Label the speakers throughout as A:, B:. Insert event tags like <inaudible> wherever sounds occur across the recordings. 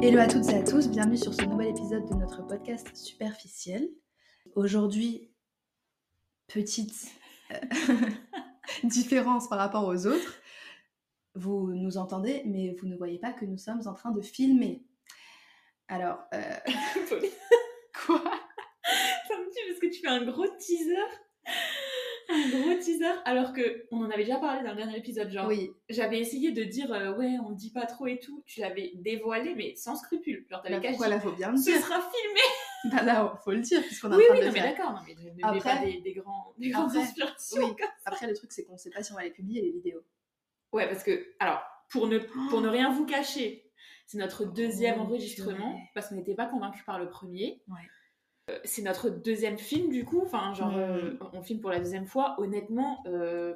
A: Hello à toutes et à tous, bienvenue sur ce nouvel épisode de notre podcast Superficiel. Aujourd'hui, petite euh, <laughs> différence par rapport aux autres. Vous nous entendez, mais vous ne voyez pas que nous sommes en train de filmer. Alors, euh,
B: <laughs> Pauline.
A: quoi
B: Ça me tue parce que tu fais un gros teaser. Un gros teaser, alors que on en avait déjà parlé dans le dernier épisode, genre
A: Oui,
B: j'avais essayé de dire euh, ouais on dit pas trop et tout, tu l'avais dévoilé mais sans scrupule, genre t'avais
A: bah,
B: qu'à
A: pourquoi là,
B: dire
A: faut bien le
B: ce
A: dire
B: sera filmé.
A: Bah là, faut le dire, puisqu'on est
B: Oui
A: en train
B: oui
A: de
B: non
A: le
B: mais
A: faire.
B: d'accord, non mais ne mets
A: Après-
B: pas des, des grands des grandes
A: Après,
B: inspirations.
A: oui.
B: quoi.
A: Après, le truc, c'est qu'on sait pas si on va les publier, les vidéos.
B: Ouais parce que alors pour ne pour ne rien vous cacher, c'est notre deuxième
A: Oh,
B: enregistrement
A: purée.
B: parce qu'on n'était pas convaincus par le premier.
A: Ouais.
B: Euh, C'est notre deuxième film du coup, enfin genre
A: Mm.
B: euh, on filme pour la deuxième fois. Honnêtement, euh,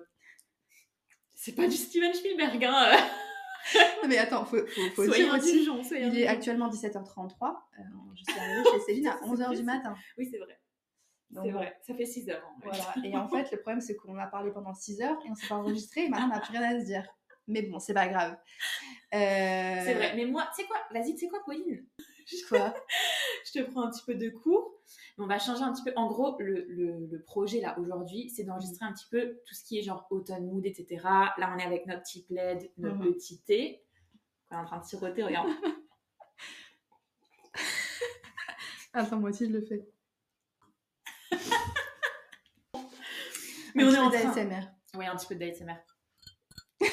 B: c'est pas du Steven Spielberg hein. euh.
A: Non, mais attends, faut, faut, faut
B: soyez
A: dire aussi
B: indulgents, soyez
A: Il est
B: indulgents.
A: actuellement 17h33. euh, je suis arrivée chez Céline
B: <laughs>
A: à
B: C'est
A: 11h du
B: précis.
A: matin.
B: Oui, c'est vrai.
A: Donc,
B: c'est vrai. Ça fait 6 heures. hein, en vrai. <laughs>
A: Voilà. Et en fait, le problème, c'est qu'on a parlé pendant 6 heures et on s'est pas enregistré et maintenant on n'a plus rien à se dire. Mais bon, c'est pas grave. Euh,
B: C'est vrai. Mais moi, tu sais quoi Vas-y, tu sais quoi, Pauline
A: Quoi
B: <laughs> Je te prends un petit peu de cours. Mais on va changer un petit peu. En gros, le, le- le projet, là, aujourd'hui, c'est d'enregistrer un petit peu tout ce qui est genre automne mood, etc. Là, on est avec notre petit plaid, notre
A: Mhm.
B: petit thé. On est en train de siroter, regarde.
A: Attends, moi aussi, je le fais. <laughs>
B: Mais
A: Un
B: on
A: petit
B: est
A: peu
B: en train.
A: d'ASMR.
B: Oui, un petit peu d'ASMR.
A: <laughs>
B: Mais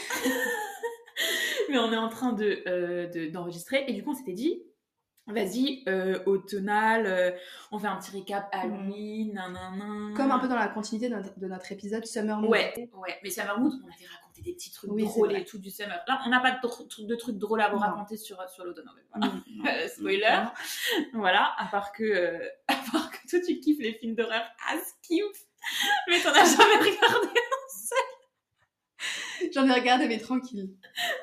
B: on est en train de, euh, de- d'enregistrer. Et du coup, on s'était dit, vas-y, euh, automnal, euh, on fait un petit récap Halloween, nanana.
A: Mhm. Comme un peu dans la continuité de notre, de notre épisode Summer Moon.
B: Ouais, ouais. Mais Summer Mood, on avait raconté des petits trucs
A: Oui, c'est
B: drôles
A: vrai.
B: et tout du Summer. Là, on n'a pas de, tr- tr- de trucs drôles à vous
A: Non.
B: raconter sur, sur l'automne. mais voilà.
A: Mm,
B: <laughs>
A: mm,
B: Euh,
A: mm,
B: spoiler.
A: mm.
B: Voilà, à part que, euh, <laughs> à part que toi, tu kiffes les films d'horreur à skimp, mais t'en as jamais <laughs> regardé.
A: J'en ai regardé, mais tranquille.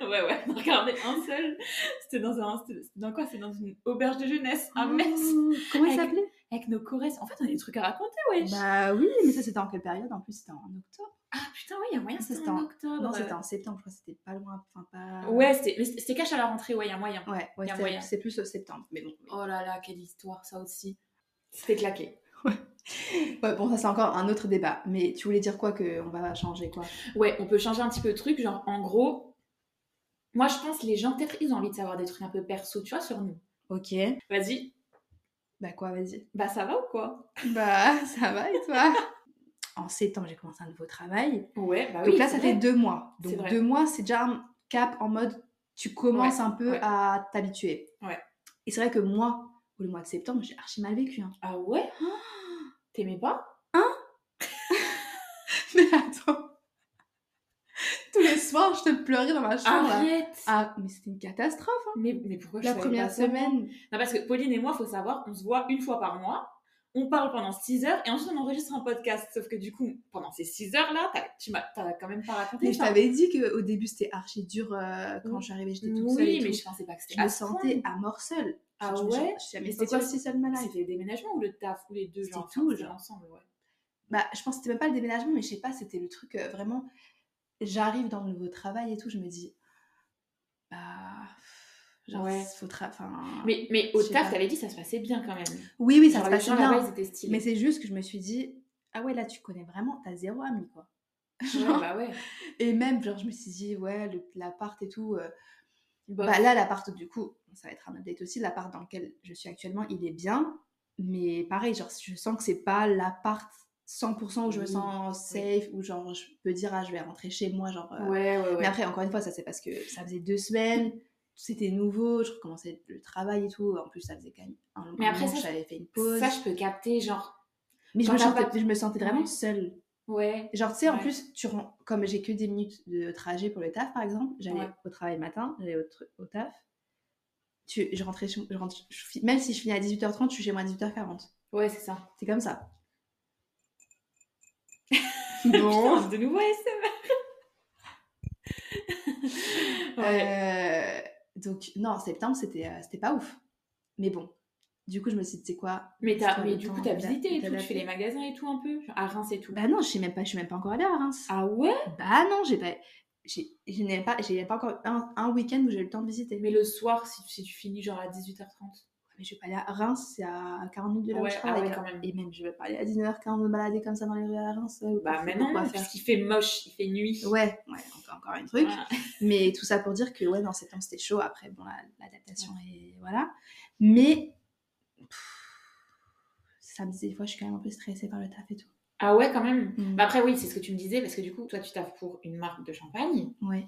B: Ouais, ouais, on a regardé un seul. C'était dans un. C'était c'était dans quoi C'était dans une auberge de jeunesse, à Metz,
A: Mmh, Comment il
B: Ah, Avec-
A: s'appelait
B: avec nos choresses. En fait, on a des trucs à raconter, wesh.
A: Bah oui, mais ça, c'était en quelle période En plus, c'était en octobre.
B: Ah putain, ouais, il y a moyen, que
A: Ça,
B: c'était
A: c'était en-
B: en octobre.
A: Non, c'était en septembre, je crois. C'était pas loin. Enfin, pas.
B: Ouais, c'était mais c'était- c'était cash à la rentrée, ouais, il y a moyen.
A: Ouais, ouais,
B: Y a
A: c'est-
B: moyen.
A: c'est plus au septembre. Mais bon.
B: Oh là là, quelle histoire, ça aussi. C'était claqué.
A: Ouais, bon, ça c'est encore un autre débat. Mais tu voulais dire quoi que on va changer quoi
B: Ouais, on peut changer un petit peu le truc, genre, en gros. Moi, je pense que les gens, peut-être, ils ont envie de savoir des trucs un peu perso, tu vois, sur nous.
A: Ok.
B: Vas-y.
A: Bah quoi, vas-y.
B: Bah, ça va ou quoi
A: Bah ça va et toi En septembre, j'ai commencé un nouveau travail.
B: Ouais, bah
A: donc là, ça fait deux mois.
B: C'est
A: Donc
B: vrai.
A: deux mois, c'est déjà un cap en mode tu commences un peu
B: ouais.
A: à t'habituer.
B: Ouais.
A: Et c'est vrai que moi, le mois de septembre, j'ai archi mal vécu. hein.
B: Ah ouais T'aimais pas
A: <laughs> Mais attends. Tous les soirs, je te pleurais dans ma chambre. là.
B: Arrête
A: Ah, mais c'était une catastrophe. hein.
B: mais, mais pourquoi je
A: La
B: savais
A: première
B: pas ça, moi
A: semaine,
B: Non, parce que Pauline et moi, faut savoir, on se voit une fois par mois, on parle pendant 6 heures et ensuite on enregistre un podcast. Sauf que du coup, pendant ces 6 heures-là, t'as- tu m'as t'as quand même pas raconté.
A: Mais je
B: ça.
A: t'avais dit qu'au début c'était archi dur euh, quand
B: Oui.
A: je suis arrivée, j'étais toute seule.
B: Oui,
A: et
B: mais
A: tout.
B: je pensais pas que c'était
A: je me
B: à ce
A: sentais
B: point.
A: à mort seule.
B: Ah
A: Je me-
B: ouais
A: je- je- Mais
B: Mais
A: c'était
B: c'était
A: quoi
B: quoi
A: si seule ma life
B: C'était le déménagement ou le taf ou les deux
A: C'était
B: genre,
A: tout,
B: c'était
A: genre.
B: ensemble, ouais.
A: Bah, je pense que c'était même pas le déménagement, mais je sais pas, c'était le truc euh, vraiment. J'arrive dans le nouveau travail et tout, je me dis. Bah. Genre,
B: Ouais.
A: faut tra- enfin,
B: Mais, mais au
A: Je sais pas.
B: taf, t'avais dit ça se passait bien quand même.
A: Oui, oui, ça
B: Genre,
A: se
B: les
A: passe
B: gens
A: bien.
B: là-bas, ils étaient stylés.
A: Mais
B: <laughs>
A: c'est juste que je me suis dit. Ah ouais, là tu connais vraiment, t'as zéro ami quoi.
B: Ouais, bah ouais.
A: Et même, genre, je me suis dit, ouais, le- l'appart et tout. euh,
B: Bah,
A: Bah là, l'appart, du coup, ça va être un update aussi. L'appart dans lequel je suis actuellement, il est bien. Mais pareil, genre, je sens que c'est pas l'appart 100% où je me
B: Oui,
A: sens safe, où genre, je peux dire, ah, je vais rentrer chez moi. Genre, euh.
B: ouais, ouais,
A: Mais
B: ouais.
A: après, encore une fois, ça c'est parce que ça faisait deux semaines, c'était nouveau, je recommençais le travail et tout. En plus, ça faisait quand même un long
B: Mais après,
A: moment que
B: ça,
A: j'avais fait une pause.
B: Ça, je peux capter, genre.
A: mais je
B: quand
A: me,
B: t'as
A: sentais,
B: pas-
A: je me sentais vraiment
B: Ouais.
A: seule.
B: Ouais.
A: Genre, tu sais, en
B: Ouais.
A: plus, tu rends- comme j'ai que 10 minutes de trajet pour le taf, par exemple, j'allais
B: Ouais.
A: au travail le matin, j'allais au, tr- au taf. Tu, je rentrais chez- je rentre- je fi- même si je finis à 18h30, je suis chez moi à 18h40.
B: Ouais, c'est ça.
A: C'est comme
B: <laughs>
A: ça.
B: Putain,
A: <laughs> Donc,
B: de nouveau ASMR. ouais.
A: euh, donc, non, septembre, c'était euh, c'était pas ouf. Mais bon, du coup, je me suis dit, c'est quoi
B: Mais, t'as-
A: Histoire
B: mais
A: de
B: du
A: temps,
B: coup, t'as
A: d'ada-
B: visité et tout, tu
A: d'adapter.
B: fais les magasins et tout un peu, genre à Reims et tout.
A: Bah non, je sais même pas, je suis même pas encore allée à Reims.
B: Ah ouais
A: Bah non, j'ai pas. j'ai- je n'ai pas, j'ai pas encore eu un, un week-end où j'ai eu le temps de visiter. Mais,
B: Mais le soir, si, si tu finis genre à 18h30.
A: Ah, mais je vais pas aller à Reims, c'est à 40 minutes de là où
B: Ouais,
A: je
B: ah
A: travaille.
B: ouais,
A: hein.
B: quand même.
A: Et même, je vais pas aller à 19h40 me balader comme ça dans les rues à Reims. euh,
B: Bah
A: pour-
B: maintenant,
A: pourquoi
B: parce qu'il fait moche, il fait nuit.
A: Ouais, ouais, encore, encore un truc.
B: Voilà.
A: Mais tout ça pour dire que, ouais, dans septembre, c'était chaud. Après, bon, la- l'adaptation et voilà. Mais, pff, samedi, des fois, je suis quand même un peu stressée par le taf et tout.
B: Ah ouais, quand même.
A: Mm.
B: Bah après, oui, c'est ce que tu me disais, parce que du coup, toi, tu taffes pour une marque de champagne.
A: Ouais.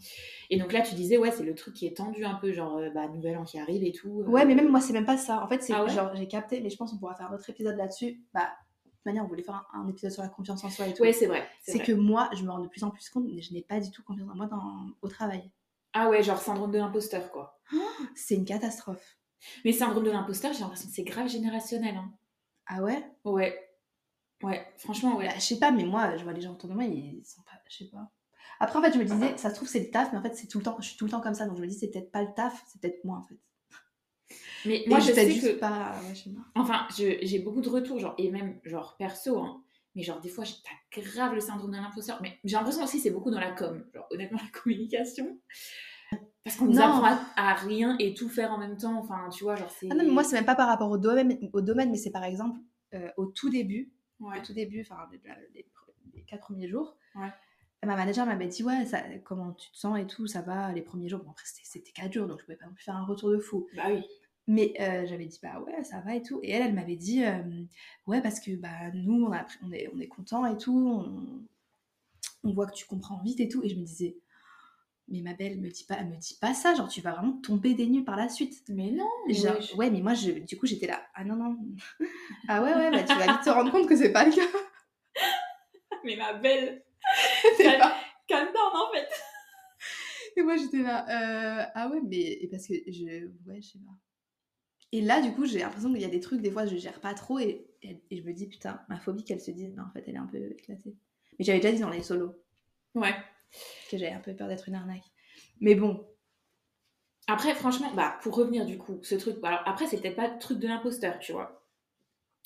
B: Et donc là, tu disais, ouais, c'est le truc qui est tendu un peu, genre, euh, bah, nouvel an qui arrive et tout. euh.
A: Ouais, mais même moi, c'est même pas ça. En fait, c'est
B: Ah ouais
A: genre, j'ai capté, mais je pense qu'on pourra faire un autre épisode là-dessus. Bah, de toute manière, on voulait faire un, un épisode sur la confiance en soi et tout.
B: Ouais, c'est vrai.
A: c'est
B: vrai.
A: que moi, je me rends de plus en plus compte, mais je n'ai pas du tout confiance en moi dans, au travail.
B: Ah ouais, genre syndrome de l'imposteur, quoi.
A: C'est une catastrophe.
B: Mais syndrome de l'imposteur, j'ai l'impression que c'est grave générationnel. hein.
A: Ah ouais
B: Ouais. Ouais, franchement, ouais.
A: Bah, je sais pas, mais moi, je vois les gens autour de moi, ils sont pas. Je sais pas. Après, en fait, je me disais, ça se trouve, c'est le taf, mais en fait, c'est tout le temps, je suis tout le temps comme ça, donc je me dis, c'est peut-être pas le taf, c'est peut-être moi, en fait.
B: Mais
A: Et
B: moi, je
A: peut-être
B: sais
A: juste
B: que.
A: pas. ouais, je sais pas.
B: Enfin, je- j'ai beaucoup de retours, genre, et même, genre, perso, hein. Mais genre, des fois, j'ai- t'as grave le syndrome de l'imposteur. Mais j'ai l'impression aussi, c'est beaucoup dans la com. Genre, honnêtement, <laughs> la communication. Parce qu'on nous
A: Non.
B: apprend à, à rien et tout faire en même temps. Enfin, tu vois, genre, c'est.
A: Ah non, mais moi, c'est même pas par rapport au domaine, au domaine mais c'est par exemple, euh, au tout début,
B: Ouais.
A: au tout début, enfin les, les- les quatre premiers jours,
B: Ouais.
A: ma manager m'avait dit ouais, ça, comment tu te sens et tout, ça va les premiers jours. Bon après c'était- c'était quatre jours donc je pouvais pas non plus faire un retour de fou.
B: Bah oui.
A: Mais euh, j'avais dit bah ouais ça va et tout et elle elle m'avait dit euh, ouais parce que bah nous on, a appris- on est on est content et tout, on, on voit que tu comprends vite et tout et je me disais mais ma belle me dis pas elle me dit pas ça genre tu vas vraiment tomber des nues par la suite.
B: Mais non. Ah, mais
A: Genre,
B: wesh.
A: ouais, mais moi, je, du coup, j'étais là. Ah non, non. Ah ouais, ouais, bah, tu vas vite te rendre compte que c'est pas le
B: <laughs>
A: cas.
B: Mais ma belle,
A: C'est pas-
B: calme down en fait.
A: Et moi, j'étais là. euh, ah ouais, mais et parce que je. Ouais, je sais pas. Et là, du coup, j'ai l'impression qu'il y a des trucs, des fois, je gère pas trop et, et- et je me dis, putain, ma phobie qu'elle se dise, non, en fait, elle est un peu éclatée. Mais j'avais déjà dit dans les solos
B: Ouais.
A: que j'avais un peu peur d'être une arnaque. Mais bon,
B: Après, franchement, bah, pour revenir du coup, ce truc. Alors après, c'est peut-être pas le truc de l'imposteur, tu vois.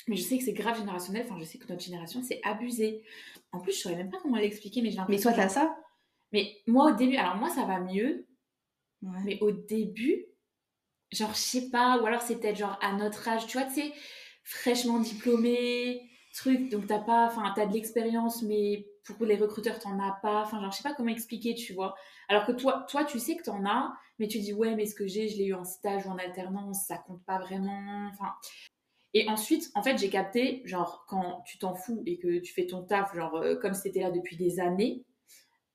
B: Mais je sais que c'est grave générationnel. Enfin, je sais que notre génération, c'est abusé. En plus, je saurais même pas comment l'expliquer, mais j'ai
A: mais
B: l'impression.
A: toi, t'as ça
B: Mais moi, au début, alors moi, ça va mieux.
A: Ouais.
B: Mais au début, genre, je sais pas. Ou alors, c'est peut-être genre à notre âge, tu vois, tu sais, fraîchement diplômé, truc. Donc, t'as pas. Enfin, t'as de l'expérience, mais pour les recruteurs, t'en as pas. Enfin, genre, je sais pas comment expliquer, tu vois. Alors que toi, toi, tu sais que t'en as, mais tu dis ouais, mais ce que j'ai, je l'ai eu en stage ou en alternance, ça compte pas vraiment. Enfin. Et ensuite, en fait, j'ai capté, genre, quand tu t'en fous et que tu fais ton taf, genre, euh, comme c'était là depuis des années,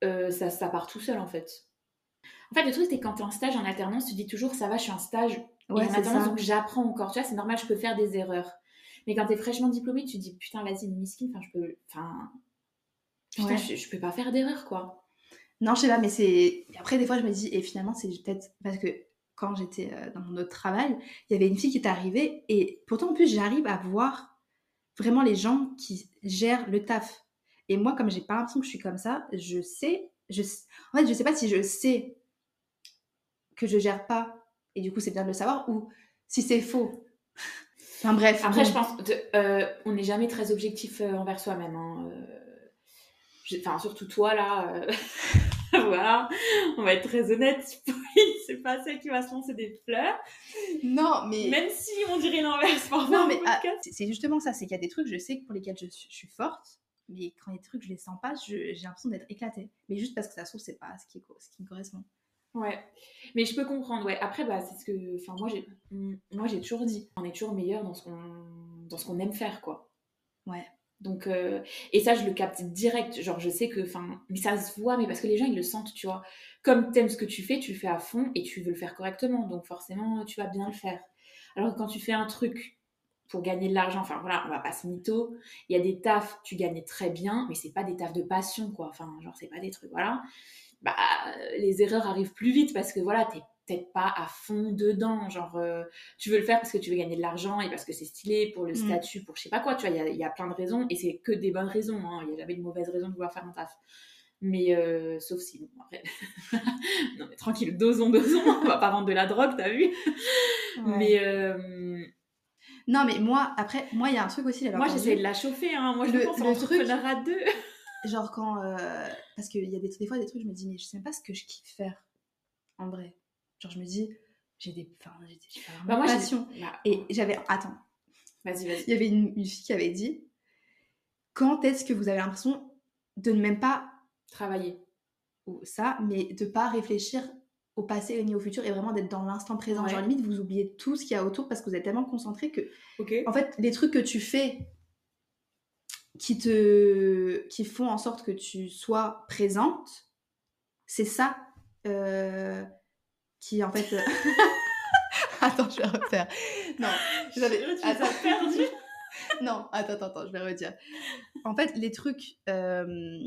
B: euh, ça, ça part tout seul, en fait. En fait, le truc, c'est que quand t'es en stage, en alternance, tu dis toujours, ça va, je suis en stage,
A: Ouais,
B: et en
A: c'est
B: attendant,
A: ça.
B: donc j'apprends encore. Tu vois, c'est normal, je peux faire des erreurs. Mais quand t'es fraîchement diplômé, tu te dis putain, vas-y, miskine, enfin, je peux. Enfin. Putain,
A: Ouais.
B: je, je peux pas faire d'erreur, quoi.
A: Non, je sais pas, mais c'est. Après, des fois, je me dis, et finalement, c'est peut-être. Parce que quand j'étais euh, dans mon autre travail, il y avait une fille qui est arrivée, et pourtant, en plus, j'arrive à voir vraiment les gens qui gèrent le taf. Et moi, comme j'ai pas l'impression que je suis comme ça, je sais. Je... s- En fait, je sais pas si je sais que je gère pas, et du coup, c'est bien de le savoir, ou si c'est faux. <laughs> enfin, bref.
B: Après,
A: bon.
B: je pense, de- euh, on n'est jamais très objectif euh, envers soi-même. hein, euh, j'ai- Enfin, surtout toi, là. euh, <laughs> voilà, on va être très honnête. <laughs> c'est pas celle qui va se lancer des fleurs.
A: Non, mais.
B: Même si on dirait l'inverse parfois.
A: Non,
B: en
A: mais ah,
B: podcast.
A: c'est- c'est justement ça, c'est qu'il y a des trucs, je sais que pour lesquels je, suis- je suis forte, mais quand il y a des trucs, je les sens pas, je- j'ai l'impression d'être éclatée. Mais juste parce que ça se trouve, c'est pas ce qui, co- ce qui me correspond.
B: Ouais, mais je peux comprendre, ouais. Après, bah, c'est ce que. Enfin, moi, j'ai mm, moi, j'ai toujours dit, on est toujours meilleur dans ce qu'on dans ce qu'on aime faire, quoi.
A: Ouais.
B: Donc, euh, et ça, je le capte direct. Genre, je sais que. Enfin, mais ça se voit, mais parce que les gens, ils le sentent, tu vois. Comme t'aimes ce que tu fais, tu le fais à fond et tu veux le faire correctement. Donc, forcément, tu vas bien le faire. Alors, que quand tu fais un truc pour gagner de l'argent, enfin, voilà, on va pas se mytho. Il y a des tafs, tu gagnes très bien, mais c'est pas des tafs de passion, quoi. Enfin, genre, c'est pas des trucs, voilà bah, les erreurs arrivent plus vite parce que voilà, t'es peut-être pas à fond dedans. Genre, euh, tu veux le faire parce que tu veux gagner de l'argent et parce que c'est stylé pour le
A: Mm.
B: statut, pour je sais pas quoi. Tu vois, il y a- il y, a plein de raisons et c'est que des bonnes raisons. hein. Il n'y a jamais de mauvaise raison de vouloir faire un taf. Mais euh, sauf si, bon, après- <laughs> non mais tranquille, dosons, dosons, on va pas vendre de la drogue, t'as vu
A: Mais-
B: Mais euh,
A: Non, mais moi, après, moi, il y a un truc aussi. j'avais
B: moi
A: entendu.
B: j'essaie de la chauffer, hein. moi je
A: Le-
B: pense
A: le
B: en
A: truc- <laughs>
B: entrepreneur à deux.
A: Genre quand. euh, parce qu'il y a des, des fois des trucs, je me dis, mais je sais même pas ce que je kiffe faire, en vrai. Genre, je me dis, j'ai des. Enfin, j'ai des. j'ai pas vraiment
B: Bah, moi,
A: de
B: j'ai-
A: passion.
B: Bah,
A: Et j'avais. Attends,
B: Vas-y, vas-y.
A: il y avait une, une fille qui avait dit Quand est-ce que vous avez l'impression de ne même pas.
B: Travailler.
A: ou ça, mais de pas réfléchir au passé ni au futur et vraiment d'être dans l'instant présent.
B: Ouais.
A: Genre, limite, vous oubliez tout ce qu'il y a autour parce que vous êtes tellement concentré que
B: <laughs> Ok.
A: en fait, les trucs que tu fais qui te qui font en sorte que tu sois présente, c'est ça euh, qui en fait. <laughs> euh, attends, je vais refaire. Non, j'avais-
B: Chérie, tu
A: attends.
B: les as perdus.
A: <laughs> non, attends, attends, attends, je vais redire. En fait, les trucs euh,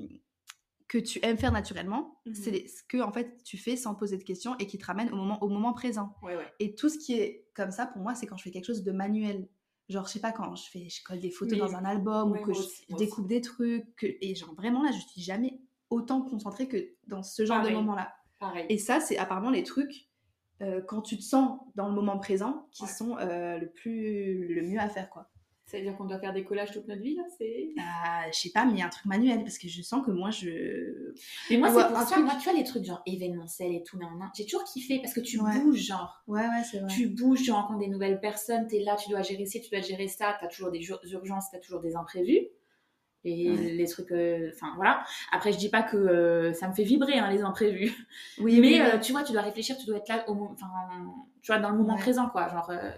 A: que tu aimes faire naturellement,
B: Mhm.
A: c'est les- ce que en fait tu fais sans poser de questions et qui te ramène au moment au moment présent.
B: Ouais, ouais.
A: Et tout ce qui est comme ça, pour moi, c'est quand je fais quelque chose de manuel. Genre, je sais pas, quand je fais, je colle des photos
B: Mais-
A: dans un album
B: Ouais,
A: ou que
B: moi
A: je,
B: aussi, moi
A: découpe des trucs. que- Et genre, vraiment, là, je suis jamais autant concentrée que dans ce genre
B: Pareil.
A: de moment-là.
B: Pareil.
A: Et ça, c'est apparemment les trucs, euh, quand tu te sens dans le moment présent, qui
B: Ouais.
A: sont euh, le, plus, le mieux à faire, quoi.
B: Ça veut dire qu'on doit faire des collages toute notre vie, là c'est...
A: Bah, je sais pas, mais un truc manuel, parce que je sens que moi, je...
B: Mais moi,
A: Ouais,
B: c'est pour
A: un
B: ça,
A: truc-
B: moi, tu vois, les trucs genre événementiel et tout, nan, nan, j'ai toujours kiffé parce que tu
A: Ouais.
B: bouges, genre.
A: Ouais, ouais, c'est vrai.
B: Tu bouges, tu rencontres des nouvelles personnes, t'es là, tu dois gérer ci, tu dois gérer ça, t'as toujours des ur- urgences, t'as toujours des imprévus. Et
A: Ouais.
B: les trucs. euh, Enfin, voilà. Après, je dis pas que euh, ça me fait vibrer, hein, les imprévus.
A: Oui,
B: mais
A: oui,
B: euh,
A: oui.
B: tu vois, tu dois réfléchir, tu dois être là au moment, enfin, tu vois, dans le moment
A: Ouais.
B: présent, quoi. Genre, euh,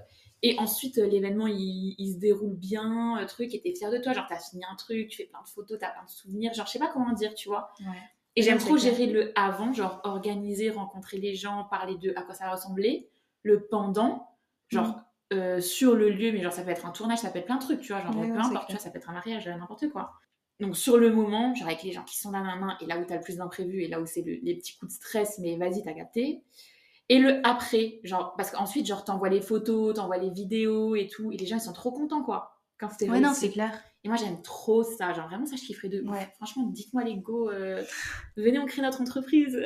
B: et ensuite, euh, l'événement, il, il se déroule bien, euh, truc, et t'es fier de toi. Genre, t'as fini un truc, tu fais plein de photos, t'as plein de souvenirs. Genre, je sais pas comment dire, tu vois.
A: Ouais.
B: Et
A: Ouais,
B: j'aime
A: c'est
B: trop
A: clair.
B: gérer le avant, genre organiser, rencontrer les gens, parler de à quoi ça ressemblait, le pendant, genre euh, sur le lieu, mais genre ça peut être un tournage, ça peut être plein de trucs, tu vois, genre
A: Ouais,
B: peu
A: ouais, c'est
B: importe, tu vois, ça peut être un mariage, euh, n'importe quoi. Donc sur le moment, genre avec les gens qui sont là, nan, nan, et là où t'as le plus d'imprévus, et là où c'est le- les petits coups de stress, mais vas-y, t'as capté. Et le après, genre, parce qu'ensuite, genre, t'envoies les photos, t'envoies les vidéos et tout, et les gens, ils sont trop contents, quoi, quand c'était
A: Ouais, non,
B: réussi.
A: c'est clair.
B: Et moi, j'aime trop ça. Genre, vraiment, ça, je kifferais de ouf.
A: Ouais.
B: Franchement, dites-moi, les go, euh, venez, on crée notre entreprise.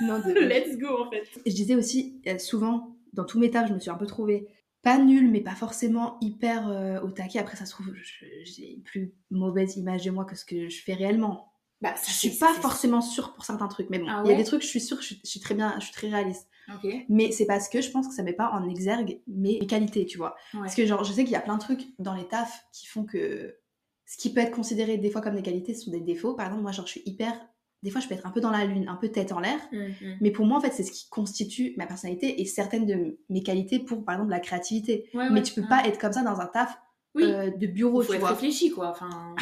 A: Non, <laughs> de ouf.
B: Let's go, en fait.
A: je disais aussi euh, souvent dans tous mes tafs, je me suis un peu trouvée pas nulle, mais pas forcément hyper euh, au taquet. Après, ça se trouve, je- j'ai une plus mauvaise image de moi que ce que je fais réellement.
B: Bah,
A: Je suis pas forcément sûre pour certains trucs, mais bon, il
B: Ah
A: y
B: ouais
A: a des trucs, je suis sûre, que je, suis- je suis très bien, je suis très réaliste.
B: Ok.
A: Mais c'est parce que je pense que ça met pas en exergue mes qualités, tu vois. Parce que genre, je sais qu'il y a plein de trucs dans les tafs qui font que ce qui peut être considéré des fois comme des qualités ce sont des défauts. Par exemple, moi, genre, je suis hyper. Des fois, je peux être un peu dans la lune, un peu tête en l'air.
B: Mm,
A: Mais pour moi, en fait, c'est ce qui constitue ma personnalité et certaines de mes qualités pour, par exemple, la créativité. mais tu peux
B: Mm.
A: pas être comme ça dans un taf
B: Ah Oui.
A: euh, de bureau,
B: Faut
A: tu
B: être
A: vois.
B: réfléchi,
A: <laughs>
B: quoi. Enfin,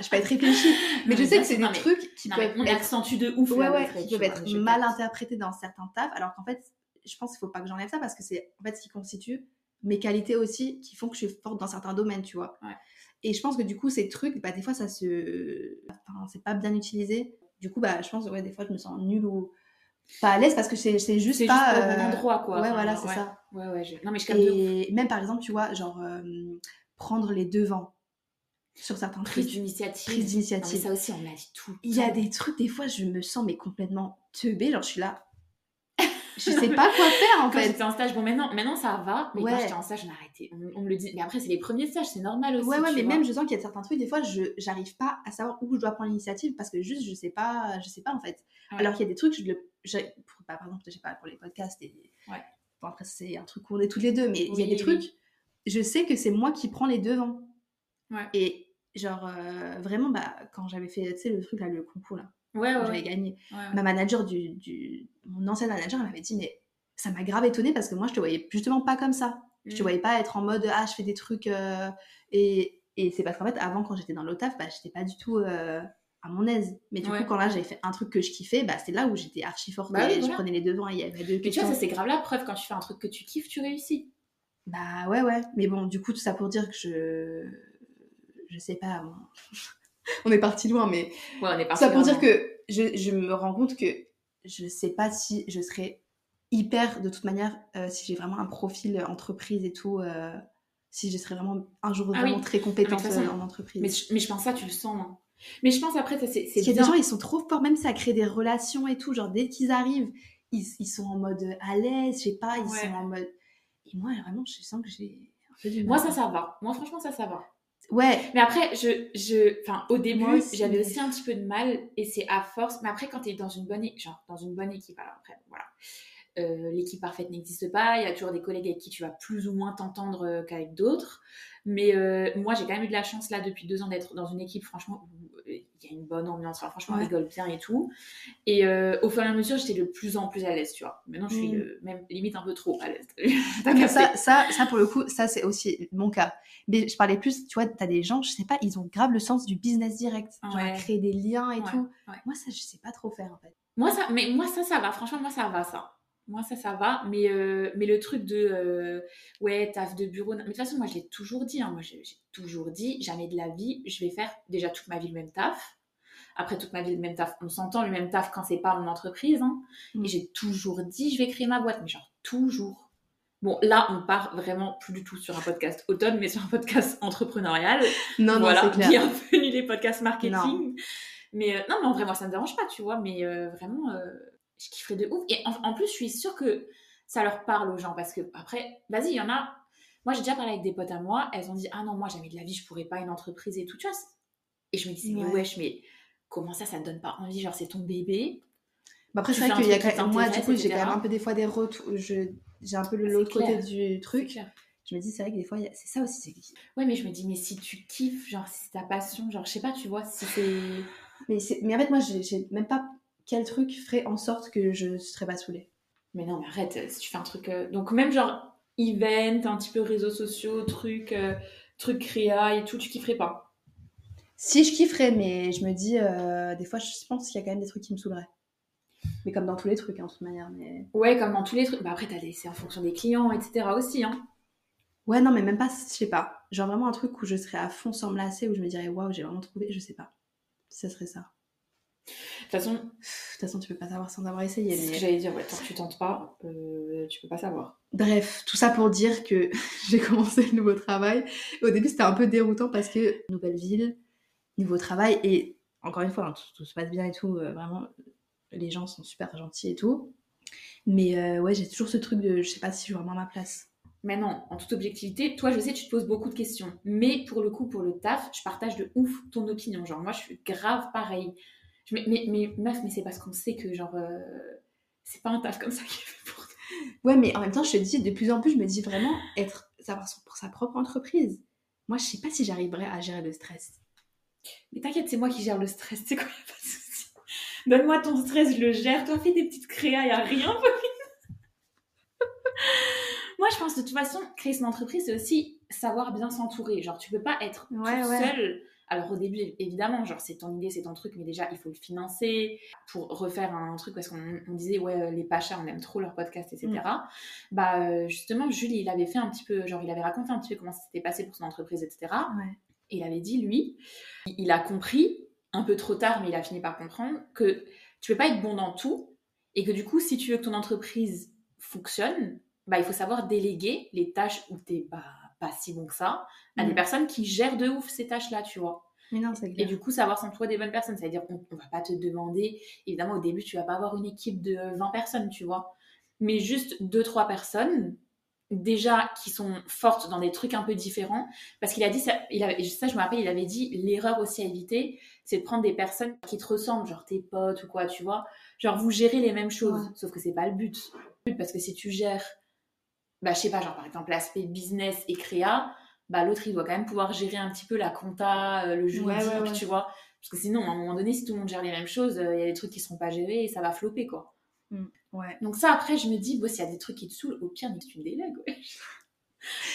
A: Je peux être
B: <laughs>
A: réfléchie. mais je sais que c'est des
B: non, mais-
A: trucs qui
B: non, mais
A: peuvent
B: on
A: être,
B: accentue de ouf.
A: ouais,
B: là,
A: ouais,
B: le fait,
A: qui
B: tu
A: peuvent
B: vois,
A: être
B: mais je
A: mal
B: capte.
A: interprétés dans certains tafs. Alors qu'en fait, je pense qu'il faut pas que j'enlève ça parce que c'est en fait ce qui constitue mes qualités aussi qui font que je suis forte dans certains domaines, tu vois.
B: Ouais.
A: Et je pense que du coup, ces trucs, bah, des fois, ça se. Enfin, c'est pas bien utilisé. Du coup, bah, je pense, ouais, des fois, je me sens nulle ou pas à l'aise parce que c'est c'est juste
B: C'est juste
A: pas.
B: pas au bon
A: euh,
B: endroit, quoi.
A: Ouais,
B: Enfin,
A: voilà, c'est ça.
B: Ouais, ouais. je- Non, mais je capte de ouf.
A: Et même par exemple, tu vois, genre euh, prendre les devants sur certains
B: hein, Prise
A: trucs,
B: d'initiative.
A: prise
B: Non, mais
A: d'initiative.
B: ça aussi, on me l'a dit tout. le
A: Il y a
B: temps.
A: des trucs, des fois, je me sens mais complètement teubée, genre je suis
B: <laughs>
A: là, je sais pas quoi faire en
B: Quand
A: fait.
B: j'étais en stage, bon, maintenant, maintenant ça va, mais quand
A: Ouais.
B: j'étais en stage, on arrêtait. On, on me le dit. Mais après, c'est les premiers stages, c'est normal aussi.
A: Ouais, ouais,
B: tu
A: mais
B: vois.
A: même je sens qu'il y a certains trucs, des fois, je j'arrive pas à savoir où je dois prendre l'initiative parce que juste, je sais pas, je sais pas en fait.
B: Ouais.
A: Alors qu'il y a des trucs, je le, je- pour- bah, par exemple, je sais pas pour les podcasts. Et,
B: Ouais.
A: Bon, après, c'est un truc qu'on est toutes les deux, mais il y a
B: Oui,
A: des
B: oui.
A: trucs, je sais que c'est moi qui prends les devants.
B: Ouais.
A: Et genre, euh, vraiment, bah, quand j'avais fait, tu sais, le truc là, le concours là,
B: Ouais,
A: quand
B: ouais, ouais.
A: j'avais gagné,
B: Ouais, ouais.
A: ma manager du, du- mon ancienne manager elle m'avait dit mais ça m'a grave étonnée parce que moi je te voyais justement pas comme ça je te
B: Mm.
A: voyais pas être en mode ah je fais des trucs euh, et, et c'est parce qu'en fait avant quand j'étais dans l'OTAF bah j'étais pas du tout euh, à mon aise mais du
B: Ouais.
A: coup quand là j'avais fait un truc que je kiffais bah c'est là où j'étais archi forte
B: Bah
A: et
B: oui,
A: je
B: voilà.
A: prenais les devants et il y avait deux
B: Mais tu vois,
A: questions.
B: ça c'est grave la preuve. Quand tu fais un truc que tu kiffes, tu réussis.
A: bah ouais ouais mais bon du coup tout ça pour dire que je je sais pas bon. on <laughs> est parti loin mais
B: Ouais, on est parti.
A: Ça pour
B: dans-
A: dire que je, je me rends compte que je sais pas si je serais hyper, de toute manière, euh, si j'ai vraiment un profil entreprise et tout, euh, si je serais vraiment un jour
B: Ah
A: vraiment
B: oui.
A: très compétente
B: Ah, mais de toute
A: euh,
B: façon.
A: en entreprise.
B: Mais je, mais je pense ça, tu le sens. hein. Mais je pense après, ça c'est c'est
A: Parce qu'il y a
B: bien.
A: des gens, ils sont trop forts, même ça crée des relations et tout. Genre, dès qu'ils arrivent, ils, ils sont en mode euh, à l'aise, je sais pas, ils
B: Ouais.
A: sont en mode. Et moi, vraiment, je sens que j'ai un peu du mal.
B: Moi ça, ça va. Moi franchement, ça, ça va.
A: Ouais,
B: Mais après, je, je, enfin, au
A: Moi
B: début,
A: aussi.
B: j'avais aussi un petit peu de mal et c'est à force. Mais après, quand tu es dans une bonne, é- genre, dans une bonne équipe, alors après, voilà. Euh, L'équipe parfaite n'existe pas. Il y a toujours des collègues avec qui tu vas plus ou moins t'entendre euh, qu'avec d'autres. Mais euh, moi, j'ai quand même eu de la chance là depuis deux ans d'être dans une équipe, franchement, où euh, il y a une bonne ambiance. Enfin, franchement,
A: Ouais.
B: on rigole bien et tout. Et euh, au fur et à mesure, j'étais de plus en plus à l'aise, tu vois. Maintenant, je suis
A: Mm.
B: euh, même limite un peu trop à l'aise. <laughs>
A: Ah,
B: T'as
A: mais
B: capté
A: ça, ça, ça, pour le coup, ça, c'est aussi mon cas. Mais je parlais plus, tu vois, t'as des gens, je sais pas, ils ont grave le sens du business direct. Genre, à
B: Ouais.
A: créer des liens et
B: Ouais,
A: tout.
B: ouais.
A: Moi, ça, je sais pas trop faire, en fait.
B: Moi ça, mais moi ça, ça va. Franchement, moi ça va ça. Moi ça, ça va. Mais, euh, mais le truc de euh, ouais taf de bureau. non. Mais de toute façon, moi je l'ai toujours dit. hein. Moi j'ai j'ai toujours dit, jamais de la vie, je vais faire déjà toute ma vie le même taf. Après toute ma vie le même taf, on s'entend le même taf quand c'est pas mon entreprise. hein.
A: Mm.
B: Et j'ai toujours dit, je vais créer ma boîte. Mais genre toujours. Bon, là, on part vraiment plus du tout sur un podcast automne, mais sur un podcast entrepreneurial
A: Non,
B: voilà,
A: non, c'est clair.
B: bienvenue les podcasts marketing. Mais euh, non, mais en vrai, moi, ça me dérange pas, tu vois. Mais euh, vraiment, euh, je kifferais de ouf. Et en, en plus, je suis sûre que ça leur parle aux gens parce que après, vas-y, il y en a. Moi, j'ai déjà parlé avec des potes à moi. Elles ont dit ah non, moi, jamais de la vie, je pourrais pas une entreprise et tout. Tu vois c'est- Et je me disais mais
A: Ouais.
B: wesh, mais comment ça, ça te donne pas envie Genre, c'est ton bébé.
A: Bah après,
B: Tu
A: c'est
B: fais
A: vrai
B: un
A: qu'il y a
B: truc qui
A: quand même- moi, du
B: t'intéresse,
A: coup, j'ai quand
B: etc..
A: même un peu des fois des retours. je- J'ai un peu le-
B: C'est
A: l'autre côté
B: clair.
A: du truc.
B: clair.
A: Je me dis, c'est vrai que des fois, il y a- c'est ça aussi. c'est-
B: Ouais, mais je me dis mais si tu kiffes, genre si c'est ta passion, genre je sais pas, tu vois, si c'est
A: Mais, c'est- mais en fait, moi, j'ai- j'ai même pas quel truc ferait en sorte que je serais pas saoulée.
B: Mais non, mais arrête, euh, si tu fais un truc. euh, Donc, même genre event, un petit peu réseaux sociaux, truc, euh, truc créa et tout, tu kifferais pas.
A: Si je kifferais, mais je me dis, euh, des fois, je pense qu'il y a quand même des trucs qui me saouleraient. Mais comme dans tous les trucs, hein, de toute manière. Mais...
B: Ouais, comme dans tous les trucs. Bah, après, t'as des... c'est en fonction des clients, etc. aussi. Hein.
A: Ouais, non, mais même pas, je sais pas. Genre vraiment un truc où je serais à fond sans me lasser, où je me dirais, waouh, j'ai vraiment trouvé, je sais pas. Ça serait ça.
B: De toute façon,
A: Pff, De toute façon, tu peux pas savoir sans avoir
B: c'est
A: essayé.
B: ce que
A: mais-
B: j'allais dire. Ouais, tant que tu tentes pas, euh, tu peux pas savoir.
A: Bref, tout ça pour dire que <laughs> j'ai commencé le nouveau travail. Au début, c'était un peu déroutant parce que nouvelle ville, nouveau travail, et encore une fois, hein, tout, tout se passe bien et tout, euh, vraiment, les gens sont super gentils et tout. Mais euh, ouais, j'ai toujours ce truc de je sais pas si je suis vraiment à ma place.
B: Mais non, en toute objectivité, toi, je sais, tu te poses beaucoup de questions. Mais pour le coup, pour le taf, je partage de ouf ton opinion. Genre, moi, je suis grave pareil. Je... me- Mais, mais, meuf, mais c'est parce qu'on sait que, genre, euh, c'est pas un taf comme ça qui est fait pour toi.
A: Ouais, mais en même temps, je te dis, de plus en plus, je me dis vraiment être, savoir son- pour sa propre entreprise. Moi, je sais pas si j'arriverai à gérer le stress.
B: Mais t'inquiète, c'est moi qui gère le stress, <laughs> c'est quoi, y a pas de souci. Donne-moi ton stress, je le gère. Toi, fais des petites créas, y a rien, <laughs> Pauline. Moi, je pense de toute façon, créer son entreprise, c'est aussi savoir bien s'entourer. Genre, tu peux pas être
A: Ouais,
B: toute
A: ouais.
B: seule. Alors, au début, évidemment, genre, c'est ton idée, c'est ton truc, mais déjà, il faut le financer pour refaire un truc. Parce qu'on on disait, ouais, euh, les Pachas, on aime trop leur podcast, etc.
A: Mm.
B: Bah, euh, justement, Jules, il avait fait un petit peu, genre, il avait raconté un petit peu comment ça s'était passé pour son entreprise, etc.
A: Ouais.
B: Et il avait dit, lui, il- il a compris, un peu trop tard, mais il a fini par comprendre, que tu peux pas être bon dans tout, et que du coup, si tu veux que ton entreprise fonctionne, bah, il faut savoir déléguer les tâches où t'es bah, pas si bon que ça, à des
A: Mm.
B: personnes qui gèrent de ouf ces tâches-là, tu vois.
A: Mais non, c'est
B: Et
A: clair.
B: du coup, savoir s'entourer des bonnes personnes, c'est-à-dire on, on va pas te demander, évidemment, au début, tu vas pas avoir une équipe de 20 personnes, tu vois, mais juste deux trois personnes déjà qui sont fortes dans des trucs un peu différents, parce qu'il a dit ça, il avait, ça je me rappelle, il avait dit l'erreur aussi à éviter, c'est de prendre des personnes qui te ressemblent, genre tes potes ou quoi, tu vois, genre vous gérez les mêmes choses, sauf que c'est pas le but, Le but, parce que si tu gères, bah je sais pas, genre par exemple l'aspect business et créa, bah, l'autre il doit quand même pouvoir gérer un petit peu la compta, euh, le juridique,
A: ouais, ouais.
B: tu vois. Parce que sinon, à un moment donné, si tout le monde gère les mêmes choses, euh, il y a des trucs qui seront pas gérés et ça va flopper, quoi.
A: Ouais.
B: Donc ça, après, je me dis, bon, s'il y a des trucs qui te saoulent, au pire, mais tu me délègues, ouais. <laughs>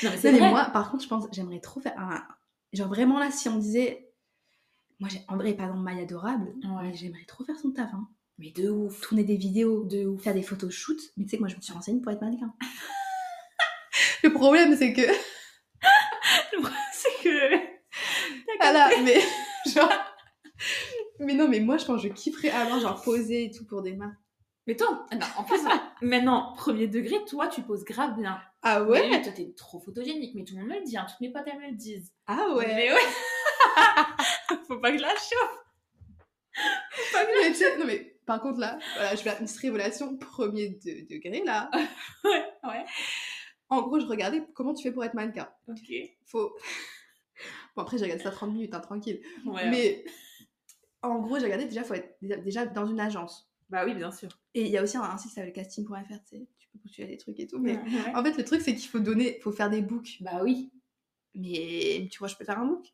B: Non, mais c'est
A: Non, mais
B: vrai.
A: moi, par contre, je pense, j'aimerais trop faire un. Genre vraiment là, si on me disait. Moi, j'ai... en vrai, par exemple, Maya Adorable, <laughs>
B: Ouais.
A: mais j'aimerais trop faire son taf. hein.
B: Mais de ouf.
A: Tourner des vidéos,
B: De ouf.
A: faire des photoshoots. Mais tu sais que moi, je me suis renseignée pour être
B: <laughs>
A: mannequin. <laughs> Le problème, c'est que.
B: c'est que...
A: Voilà, ah mais. <laughs> Genre. Mais non, mais moi, je pense que je kifferais avoir, genre, poser et tout pour des marques.
B: Mais toi, ah non, en plus, <laughs> maintenant, premier degré, toi, tu poses grave bien.
A: Ah
B: Mais
A: ouais
B: oui, toi, t'es trop photogénique, mais tout le monde me le dit, hein, toutes mes potes, elles me le disent.
A: Ah ouais
B: Mais ouais. <laughs> Faut pas que je la chauffe.
A: Mais tu sais- Non, mais par contre, là, voilà, je vais faire une petite révélation premier de- degré, là.
B: <laughs> Ouais, ouais.
A: En gros, je regardais comment tu fais pour être mannequin.
B: Ok.
A: faut <laughs> Bon, après, j'ai regardé ça 30 minutes, hein, tranquille.
B: Ouais.
A: Mais en gros, j'ai regardé, déjà, faut être déjà- déjà dans une agence.
B: Bah oui, bien sûr.
A: Et il y a aussi un, un site qui s'appelle casting.fr, tu sais, tu peux postuler à des trucs et tout. Mais
B: Ouais.
A: en fait, le truc, c'est qu'il faut donner, faut faire des books.
B: Bah oui.
A: Mais tu vois, je peux faire un book.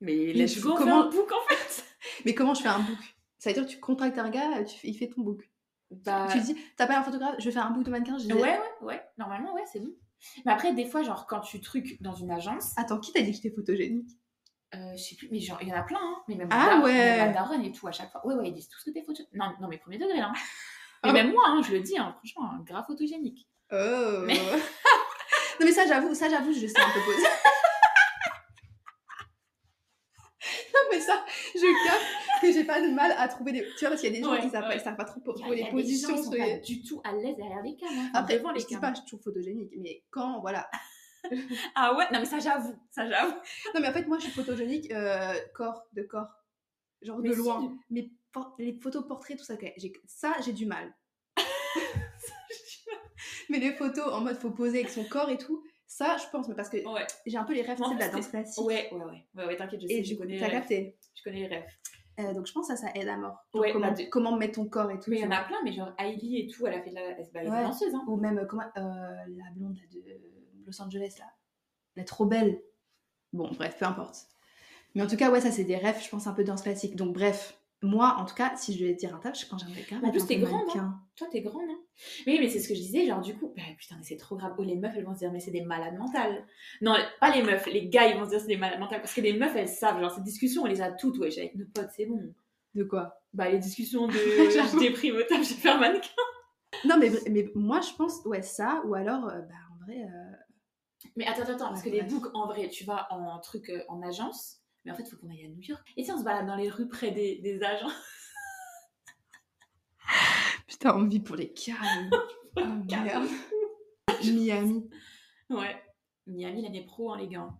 B: Mais
A: Mais
B: let's
A: je-
B: go, on fait
A: comment-
B: un book en fait.
A: Mais comment je fais un book Ça veut dire que tu contractes un gars, tu fais- il fait ton book.
B: Bah
A: Tu dis, t'as pas un photographe, je vais faire un book de mannequin. Je dis,
B: ouais, ouais, ouais. Normalement, ouais, c'est bon. Mais après, des fois, genre quand tu trucs dans une agence,
A: attends, qui t'a dit que j'étais photogénique
B: euh, je sais plus, mais genre il y en a plein, hein. Mais même
A: Ah
B: ma dar-
A: ouais.
B: même ma daronne et tout à chaque fois. Ouais, ouais, ils disent tous que t'es photogénique. Non, non, mais premier
A: <laughs>
B: degré, hein. Mais
A: Ah.
B: même moi, hein, je le dis, hein, franchement, hein, grave photogénique.
A: Oh
B: Mais-
A: <laughs> Non, mais ça, j'avoue, ça, j'avoue, je sais un peu poser. <laughs> non, mais ça, je capte que j'ai pas de mal à trouver des. Tu vois, parce qu'il y a des gens
B: Ouais,
A: qui savent,
B: ouais.
A: ils savent pas trop pour,
B: Il y a-
A: pour
B: il y
A: les
B: a des
A: positions.
B: gens, ils sont
A: sur
B: pas
A: les-
B: du tout à l'aise derrière les cams. hein,
A: Après,
B: devant les
A: je dis
B: cams.
A: pas, je trouve photogénique, mais quand, voilà.
B: Ah ouais, non mais ça j'avoue, ça j'avoue.
A: Non, mais en fait, moi, je suis photogénique euh, corps, de corps. Genre
B: Mais
A: de
B: si,
A: loin. Mais por- les photos portraits, tout ça, quand même, j'ai- ça, j'ai du mal. <laughs> Mais les photos en mode faut poser avec son corps et tout, ça, je pense, mais parce que
B: Ouais,
A: j'ai un peu les rêves tu
B: En
A: sais, de la
B: plus,
A: danse classique.
B: ouais, ouais, ouais, ouais, ouais, t'inquiète, je sais,
A: Et
B: je
A: du coup,
B: connais,
A: t'as
B: les rêves.
A: capté.
B: je connais les rêves.
A: Euh, donc je pense que ça, ça aide à mort. Genre
B: Ouais,
A: comment,
B: bah, de-
A: comment mettre ton corps et tout.
B: Mais il
A: tu
B: y en
A: vois.
B: a plein, mais genre Hailey et tout, elle a fait de la, elle, bah, elle est
A: Ouais.
B: danseuse, hein.
A: Ou même euh, comment, euh, la blonde là, de Los Angeles, là. Elle est trop belle. Bon, bref, peu importe. Mais en tout cas, ouais, ça, c'est des rêves, je pense, un peu danse classique. Donc bref, moi, en tout cas, si je devais dire un table, je pense que j'aimerais quand même
B: En plus,
A: être un
B: t'es
A: peu
B: grande, hein.
A: mannequin.
B: Toi, t'es grande, hein. Mais, mais c'est ce que je disais, genre du coup, bah, putain, mais c'est trop grave. Oh, les meufs, elles vont se dire, mais c'est des malades mentales. Non, pas les meufs, les gars, ils vont se dire, c'est des malades mentales. Parce que les meufs, elles savent, genre, ces discussions, on les a toutes, ouais, avec nos potes, c'est bon.
A: De quoi
B: Bah, les discussions
A: <laughs>
B: de je déprime au taf, je vais faire mannequin.
A: Non, mais, mais moi, je pense, ouais, ça, ou alors, euh, bah, en vrai, euh,
B: Mais attends, attends, attends, parce que
A: Ouais,
B: les
A: bref.
B: books, en vrai, tu vas en truc euh, en agence, mais en fait, faut qu'on aille à New York. Et si on se balade dans les rues près des, des agents
A: putain, on vit pour les carrés. Oh, merde. Miami.
B: <laughs> Ouais. Miami, l'année pro, hein, les gars.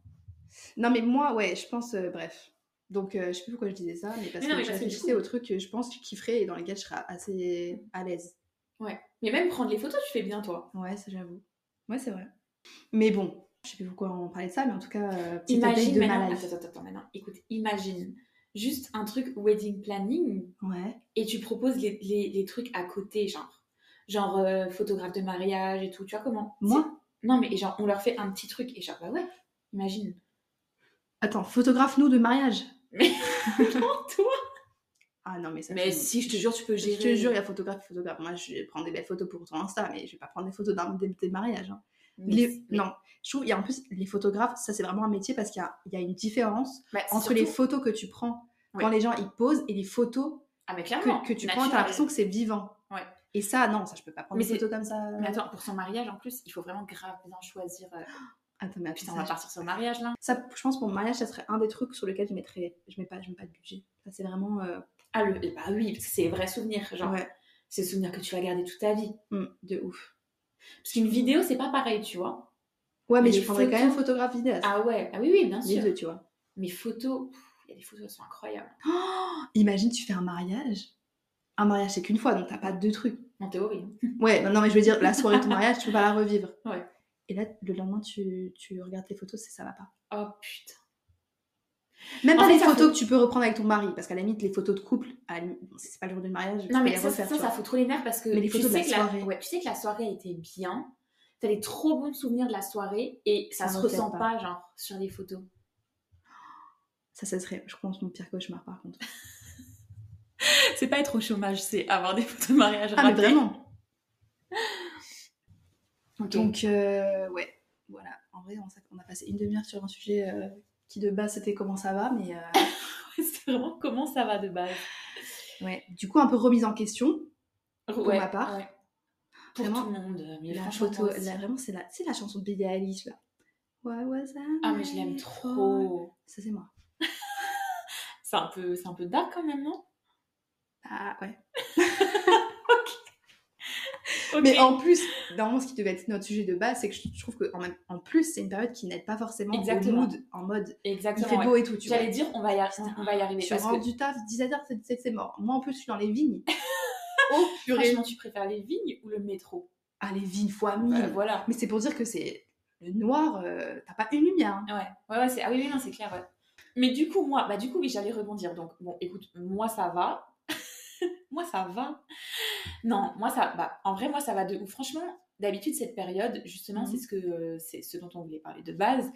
A: Non, mais moi, ouais, je pense, euh, bref. Donc, euh, je sais plus pourquoi je disais ça, mais parce que
B: Mais non, mais
A: je
B: parce que du
A: réfléchissais aux trucs que je pense que je kifferais et dans lesquels je serais assez à l'aise.
B: Mais même prendre les photos, tu fais bien, toi.
A: Ouais, ça j'avoue. Ouais, c'est vrai. Mais bon, je sais plus pourquoi on parlait de ça, mais en tout cas, euh, petite update
B: Imagine
A: de ma
B: maintenant.
A: life.
B: Attends, attends, attends, maintenant. Écoute, imagine juste un truc wedding planning
A: Ouais.
B: et tu proposes les, les- les trucs à côté, genre. Genre euh, photographe de mariage et tout, tu vois comment
A: Moi
B: C'est- Non, mais genre, on leur fait un petit truc et genre, bah ouais, imagine.
A: Attends, photographe nous de mariage.
B: Non, toi
A: Ah non, mais ça.
B: Mais
A: c'est-
B: si, je te jure, tu peux gérer.
A: Je te jure, il y a photographe, photographe. Moi, je vais prendre des belles photos pour ton Insta, mais je vais pas prendre des photos d'un des, des mariages. hein.
B: Mais-
A: Les-
B: mais-
A: Non, je trouve, il y a en plus, les photographes, ça c'est vraiment un métier parce qu'il y a- il y, a une différence
B: bah,
A: entre
B: surtout-
A: les photos que tu prends quand
B: Ouais.
A: les gens ils posent et les photos
B: Ah mais
A: que,
B: clairement.
A: que tu prends,
B: naturel.
A: t'as l'impression que c'est vivant.
B: Ouais.
A: Et ça, non, ça, je peux pas prendre
B: Mais
A: des
B: c'est-
A: photos comme ça.
B: euh, Mais attends, pour son mariage en plus, il faut vraiment grave bien choisir. euh,
A: Attends, mais attends,
B: Putain, on va
A: ça,
B: partir sur le mariage là.
A: ça, je pense, pour mon mariage, ça serait un des trucs sur lequel je mettrais, je mets pas, je mets pas de budget. Ça, c'est vraiment. euh,
B: Ah le, bah oui, parce que c'est les vrais souvenirs, genre.
A: ouais,
B: C'est les souvenirs que tu vas garder toute ta vie.
A: mm, de ouf.
B: Parce qu'une vidéo, c'est pas pareil, tu vois.
A: Ouais, mais
B: Mais
A: je
B: les
A: prendrais quand même
B: photos-
A: photographe vidéaste.
B: Ah ouais, ah oui, oui, bien
A: les
B: sûr.
A: deux, tu vois.
B: Mais photos, pff, il y a des photos, elles sont incroyables.
A: Oh, imagine, tu fais un mariage. Un mariage, c'est qu'une fois, donc t'as pas deux trucs.
B: En théorie. hein.
A: Ouais, non, non, mais je veux dire,
B: <laughs>
A: la soirée de ton mariage, tu peux pas la revivre.
B: Ouais.
A: Et là, le lendemain, tu, tu regardes tes photos, c'est- ça va pas.
B: Oh putain.
A: Même
B: En
A: pas
B: fait,
A: les
B: ça
A: photos
B: fait-
A: que tu peux reprendre avec ton mari, parce qu'à la limite, les photos de couple, à la limite, c'est pas le jour du mariage, tu
B: Non
A: peux
B: mais
A: les
B: ça,
A: refaire.
B: ça,
A: tu
B: ça
A: vois.
B: fout trop les nerfs parce que
A: Mais les
B: tu
A: photos de
B: sais
A: la
B: que la
A: soirée.
B: ouais, tu sais que la soirée était bien. T'as des trop bons souvenirs de la soirée et ça,
A: Ça
B: se
A: reflète
B: ressent
A: pas.
B: pas genre sur les photos.
A: Ça, ça serait, je pense, mon pire cauchemar par contre.
B: C'est pas être au chômage, c'est avoir des photos de mariage
A: Ah, mais vraiment
B: Ok.
A: Donc, euh, ouais, voilà. En vrai, on, s'a- on a passé une demi-heure sur un sujet euh, qui, de base, c'était comment ça va, mais euh,
B: <laughs> c'est vraiment comment ça va de base.
A: ouais. Du coup, un peu remise en question.
B: Pour
A: ma part.
B: Pour
A: Vraiment,
B: tout le monde. Mais
A: la
B: franchement,
A: photo,
B: moi aussi.
A: la- vraiment, c'est la, c'est la chanson de Billie Eilish, là. Why was I
B: Ah, mais je l'aime
A: made for-
B: trop.
A: Ça, c'est moi.
B: C'est un, peu, c'est un peu dark quand même, non
A: Ah, ouais.
B: Ok.
A: Mais en plus, normalement, ce qui devait être notre sujet de base, c'est que je je trouve que en, même- en plus, c'est une période qui n'aide pas forcément
B: Exactement.
A: au mood, en mode il
B: Exactement.
A: fait
B: ouais.
A: beau et tout, tu vois.
B: J'allais dire, on va y, arri- on va y arriver.
A: Tu
B: parce
A: rentres
B: que
A: du taf, 17h, 17 c'est mort. Moi, en plus, je suis dans les
B: <laughs>
A: vignes. oh, purée.
B: franchement, tu préfères les vignes ou le métro
A: Ah, les vignes fois mille.
B: Bah, Voilà.
A: Mais c'est pour dire que c'est le noir, euh, t'as pas une lumière. hein.
B: Ouais, ouais, ouais, c'est... Ah oui, oui, non, c'est clair, ouais. Mais du coup, moi, bah du coup, oui, j'allais rebondir. Donc, bon, écoute, moi, ça va. <laughs> moi, ça va. Non, moi, ça... Bah, en vrai, moi, ça va de ouf. Franchement, d'habitude, cette période, justement,
A: Mhm.
B: c'est ce que... euh, C'est ce dont on voulait parler de base.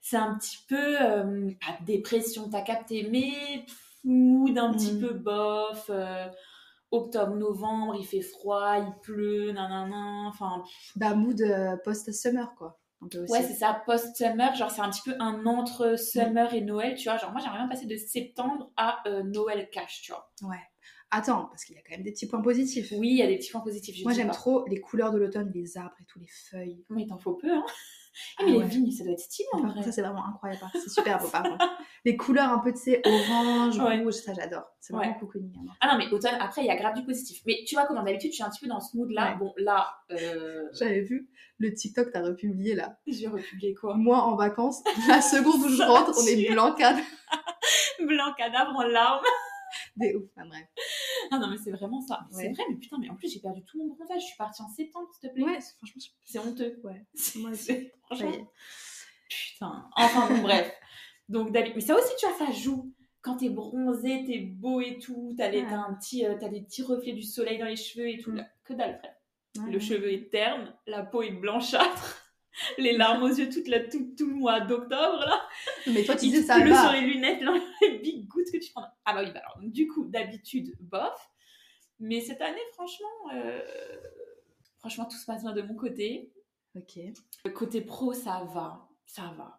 B: C'est un petit peu... euh, pas dépression, t'as capté, mais... pff, Mood un petit
A: Mhm.
B: peu bof. euh, octobre, novembre, il fait froid, il pleut, nanana. Enfin,
A: Bah, mood euh, post-summer, quoi. Un peu aussi.
B: Ouais, c'est ça, post-summer, genre c'est un petit peu un entre
A: Mm.
B: summer et Noël, tu vois. Genre moi j'aimerais bien passer de septembre à euh, Noël cash, tu vois.
A: Attends, parce qu'il y a quand même des petits points positifs.
B: Oui, il y a des petits points positifs, je
A: Moi,
B: dis
A: j'aime
B: pas.
A: trop les couleurs de l'automne, les arbres et tout, les feuilles.
B: Mais il t'en faut peu, hein. <laughs> Ah,
A: Ah
B: mais
A: ouais.
B: les vignes, ça doit être stylé en
A: Par
B: vrai.
A: contre, ça, c'est vraiment incroyable. hein. C'est super beau, par
B: <laughs>
A: contre. Les couleurs un peu, tu sais, orange,
B: Ouais.
A: rouge, ça, j'adore. C'est
B: Ouais.
A: vraiment cocooning. hein.
B: Ah non, mais automne, après il y a grave du positif. Mais tu vois, comme d'habitude, je suis un petit peu dans ce mood-là.
A: Ouais.
B: Bon, là, euh,
A: J'avais vu le TikTok, t'as republié, là.
B: je vais republier quoi
A: Moi, en vacances, <laughs> la seconde où je rentre, on est
B: Sûr.
A: blancade.
B: <laughs> Blanc cadavre en larmes.
A: Des ouf, enfin, bref.
B: Ah non, mais c'est vraiment ça. Mais C'est
A: Ouais.
B: vrai, mais putain, mais en plus j'ai perdu tout mon bronzage. Je suis partie en septembre, s'il te plaît.
A: Ouais, franchement, je-
B: C'est honteux.
A: Ouais.
B: <laughs> C'est-
A: Moi aussi.
B: c'est-
A: ça
B: Franchement,
A: y est.
B: Putain. Enfin bon, bref. Donc d'habi- mais ça aussi, tu vois, ça joue. Quand t'es bronzé, t'es beau et tout, t'as les-
A: Ouais.
B: t'as un petit, euh, t'as des petits reflets du soleil dans les cheveux et tout.
A: Mm.
B: là, Que dalle, frère.
A: Ouais,
B: Le
A: ouais.
B: cheveu est terne, la peau est blanchâtre, <laughs> les larmes aux yeux toute la, tout, tout le mois d'octobre là.
A: Mais toi, tu
B: Il
A: disais ça
B: pleut sur
A: va.
B: les lunettes, là, <laughs> les big gouttes que tu prends. Ah bah oui, bah alors, du coup, d'habitude, bof. Mais cette année, franchement, euh, franchement, tout se passe bien de mon côté.
A: Ok.
B: Côté pro, ça va, ça va.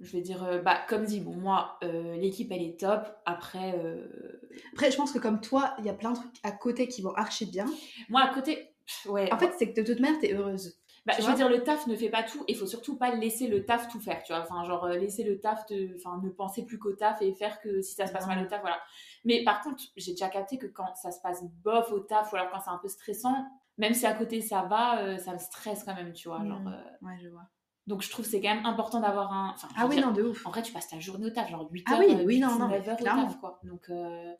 B: Je vais dire, euh, bah, comme dit, bon, moi, euh, l'équipe, elle est top. Après, euh,
A: Après, je pense que comme toi, il y a plein de trucs à côté qui vont archi bien.
B: moi, à côté, pff, ouais.
A: En fait, c'est que de toute manière, t'es heureuse.
B: bah,
A: tu
B: je
A: vois
B: veux dire, le taf ne fait pas tout. Et faut surtout pas laisser le taf tout faire, tu vois. Enfin, genre, euh, laisser le taf, te- enfin, ne penser plus qu'au taf et faire que si ça se passe mal au taf, voilà. Mais par contre, j'ai déjà capté que quand ça se passe bof au taf, ou alors quand c'est un peu stressant, même si à côté ça va, euh, ça me stresse quand même, tu vois. Genre,
A: Mm.
B: euh,
A: Ouais, je vois.
B: Donc, je trouve que c'est quand même important d'avoir un. enfin, je
A: Ah
B: veux
A: oui,
B: dire,
A: non, de ouf.
B: En vrai, tu passes ta journée au taf, genre 8
A: Ah
B: heures.
A: oui,
B: euh,
A: oui, non,
B: 8,
A: non, mais
B: 9 heures au
A: clairement.
B: taf, quoi. Donc, euh,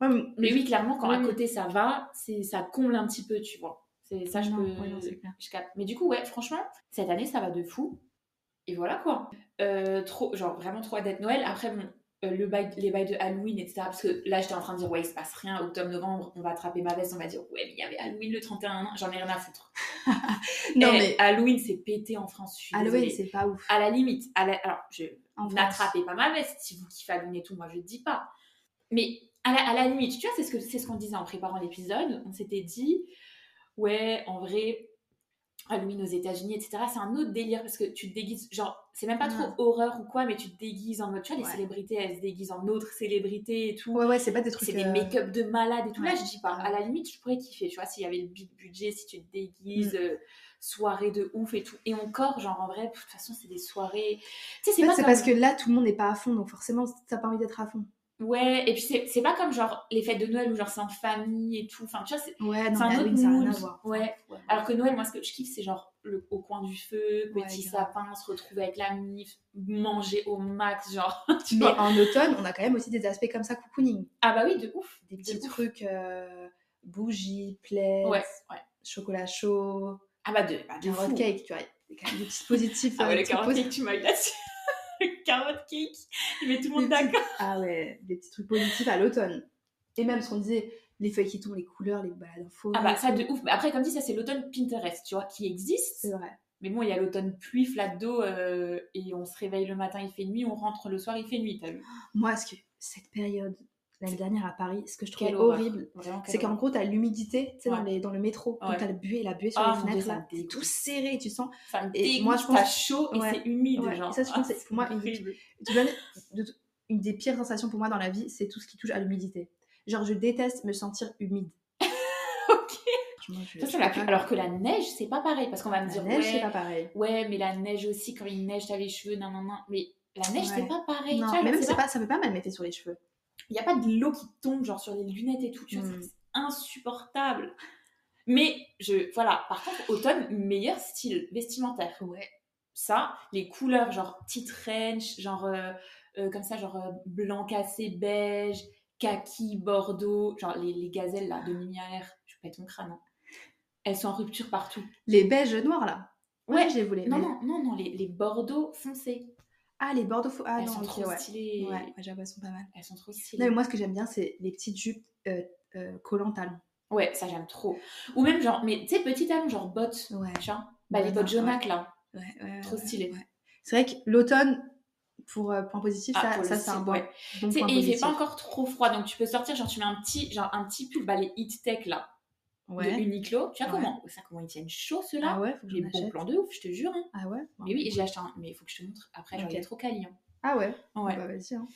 A: Ouais, mais-
B: Mais oui, clairement, quand à
A: Oui, oui.
B: côté ça va, c'est ça comble un petit peu, tu vois. C'est ça, je
A: Non,
B: peux.
A: ouais, non, c'est clair.
B: je capte. Mais du coup, ouais, franchement, cette année, ça va de fou. Et voilà quoi. Euh, trop, genre vraiment trop hâte d'être Noël. Après, bon, euh, le bail, les bails de Halloween, etc. Parce que là, j'étais en train de dire, ouais, il se passe rien. Octobre-novembre, on va attraper ma veste, on va dire, ouais, mais il y avait Halloween le 31, j'en ai rien à foutre.
A: Non,
B: Eh,
A: mais
B: Halloween, c'est pété en France. je suis
A: Halloween,
B: désolée.
A: c'est pas ouf.
B: À la limite, à la- alors, je,
A: En France.
B: n'attrapez pas ma veste si vous kiffez Halloween et tout, moi je ne dis pas. Mais à la, à la limite, tu vois, c'est ce que c'est ce qu'on disait en préparant l'épisode. On s'était dit, ouais, en vrai, Halloween aux États-Unis, etc. C'est un autre délire parce que tu te déguises, genre, c'est même pas trop
A: Ouais.
B: horreur ou quoi, mais tu te déguises en mode, tu vois, les
A: Ouais.
B: célébrités, elles se déguisent en autres célébrités et tout.
A: Ouais, ouais, c'est pas des trucs.
B: C'est des
A: euh,
B: make-up de malade et tout. Là,
A: ouais.
B: je dis pas. À la limite, je pourrais kiffer, tu vois, s'il y avait le big budget, si tu te déguises,
A: Mm.
B: euh, soirée de ouf et tout. Et encore, genre, en vrai, pff, de toute façon, c'est des soirées. Tu sais,
A: En
B: c'est
A: fait,
B: pas hein.
A: c'est
B: comme-
A: parce que là, tout le monde n'est pas à fond, donc forcément, t'as pas envie d'être à fond.
B: Ouais, et puis c'est c'est pas comme genre les fêtes de Noël où genre c'est en famille et tout. Enfin, tu vois, c'est-
A: Ouais, non,
B: C'est un
A: mais
B: autre
A: Halloween, ça n'a rien à
B: mood.
A: voir.
B: Ouais. alors que Noël, moi ce que je kiffe, c'est genre le, au coin du feu,
A: Ouais,
B: petit
A: grave.
B: sapin, se retrouver avec la mif, manger au max, genre. <laughs> tu
A: Mais
B: vois.
A: en automne, on a quand même aussi des aspects comme ça, cocooning.
B: Ah bah oui, de ouf.
A: Des
B: De
A: petits
B: ouf.
A: trucs, euh, bougies, plaies,
B: Ouais, ouais.
A: chocolat chaud,
B: Ah bah de, bah, de
A: carotte
B: fou.
A: cake, tu vois. il y a quand même Des dispositifs.
B: Ah ouais, le
A: euh, qui
B: carotte
A: posent-
B: cake, tu m'as eu là-dessus. <laughs> Le carotte cake, il met tout le
A: des
B: monde
A: petits-
B: d'accord.
A: Ah ouais, des petits trucs positifs à l'automne. Et même, ce qu'on disait, les feuilles qui tombent, les couleurs, les balades en forêt.
B: Ah bah ça de ouf. Mais après, comme dit, ça c'est l'automne Pinterest, tu vois, qui existe.
A: C'est vrai.
B: Mais bon, il y a l'automne pluie, flat d'eau, euh, et on se réveille le matin, il fait nuit, on rentre le soir, il fait nuit, t'as vu
A: Moi, ce que cette période, l'année dernière à Paris, ce que je trouvais
B: Quelle horreur.
A: horrible,
B: Vraiment,
A: c'est qu'en gros, t'as l'humidité, tu sais, dans,
B: Ouais.
A: les- dans le métro.
B: Ouais.
A: Donc, t'as le buée, la buée sur
B: Ah,
A: les
B: mon Dieu,
A: fenêtres,
B: ça
A: là.
B: me
A: C'est
B: dégoûte.
A: tout serré, tu sens.
B: Ça me
A: Et
B: dégoûte,
A: moi, je pense-
B: t'as chaud et
A: Ouais.
B: c'est humide,
A: Ouais.
B: genre. Ah,
A: Et ça, je pense que c'est- pour moi, une-
B: horrible.
A: De toute manière, de tout- une des pires sensations pour moi dans la vie, c'est tout ce qui touche à l'humidité. Genre, je déteste me sentir humide.
B: <laughs> Ok.
A: Franchement, je-
B: Ça,
A: je
B: c'est la
A: peux
B: plus-
A: pas.
B: Alors que la neige, c'est pas pareil, parce qu'on va me
A: La
B: dire,
A: neige,
B: ouais,
A: c'est pas pareil.
B: ouais, mais la neige aussi, quand il neige, t'as les cheveux, nan, nan, nan. Mais la neige,
A: Ouais.
B: c'est pas pareil.
A: Non,
B: tu vois,
A: mais même,
B: c'est
A: c'est
B: pas-
A: pas, ça me fait pas mal m'effet sur les cheveux.
B: Il n'y a pas de l'eau qui tombe, genre, sur les lunettes et tout, tu vois,
A: Mm.
B: c'est insupportable. Mais, je... Voilà, par contre, automne, meilleur style vestimentaire.
A: Ouais.
B: ça, les couleurs, genre petite trench, genre euh, euh, comme ça, genre euh, blanc cassé, beige, kaki, bordeaux, genre les, les gazelles
A: Ah.
B: là de lumière, je pète mon crâne. hein. Elles sont en rupture partout.
A: Les beiges noirs, là. Ouais, je les voulais.
B: Non,
A: mais-
B: non, non, non, les, les bordeaux foncés.
A: Ah, les bordeaux fou- Ah,
B: elles
A: non,
B: sont
A: ok,
B: trop
A: ouais.
B: stylées.
A: Ouais, ouais, j'avoue, elles sont pas mal.
B: Elles sont trop
A: Non,
B: stylées.
A: mais moi, ce que j'aime bien, c'est les petites jupes euh, euh, collant talon.
B: Ouais, ça j'aime trop. Ou même genre, mais tu sais, petit talon, genre bottes.
A: Ouais.
B: machin. Bah, les
A: Ouais,
B: bottes
A: ouais.
B: Jonac, là.
A: Ouais, ouais,
B: Trop
A: ouais,
B: stylé.
A: ouais. C'est vrai que l'automne, pour euh, point positif,
B: Ah,
A: ça,
B: pour le
A: ça, c'est
B: style,
A: un bon,
B: ouais.
A: bon
B: Tu sais,
A: point
B: et il fait
A: positif.
B: pas encore trop froid, donc tu peux sortir, genre tu mets un petit, genre, un petit pull, bah les Heat Tech, là, de
A: Ouais.
B: Uniqlo. Tu vois
A: Ouais.
B: comment, ça, comment ils tiennent chaud, ceux-là
A: Ah ouais, faut que
B: Les
A: je
B: bons
A: m'achète.
B: plans de ouf, je te jure. hein.
A: Ah ouais Bon.
B: Mais oui, j'ai acheté un, mais il faut que je te montre après, genre
A: Ok.
B: il est trop quali. hein.
A: Ah ouais
B: Ouais.
A: Bah, vas-y. hein.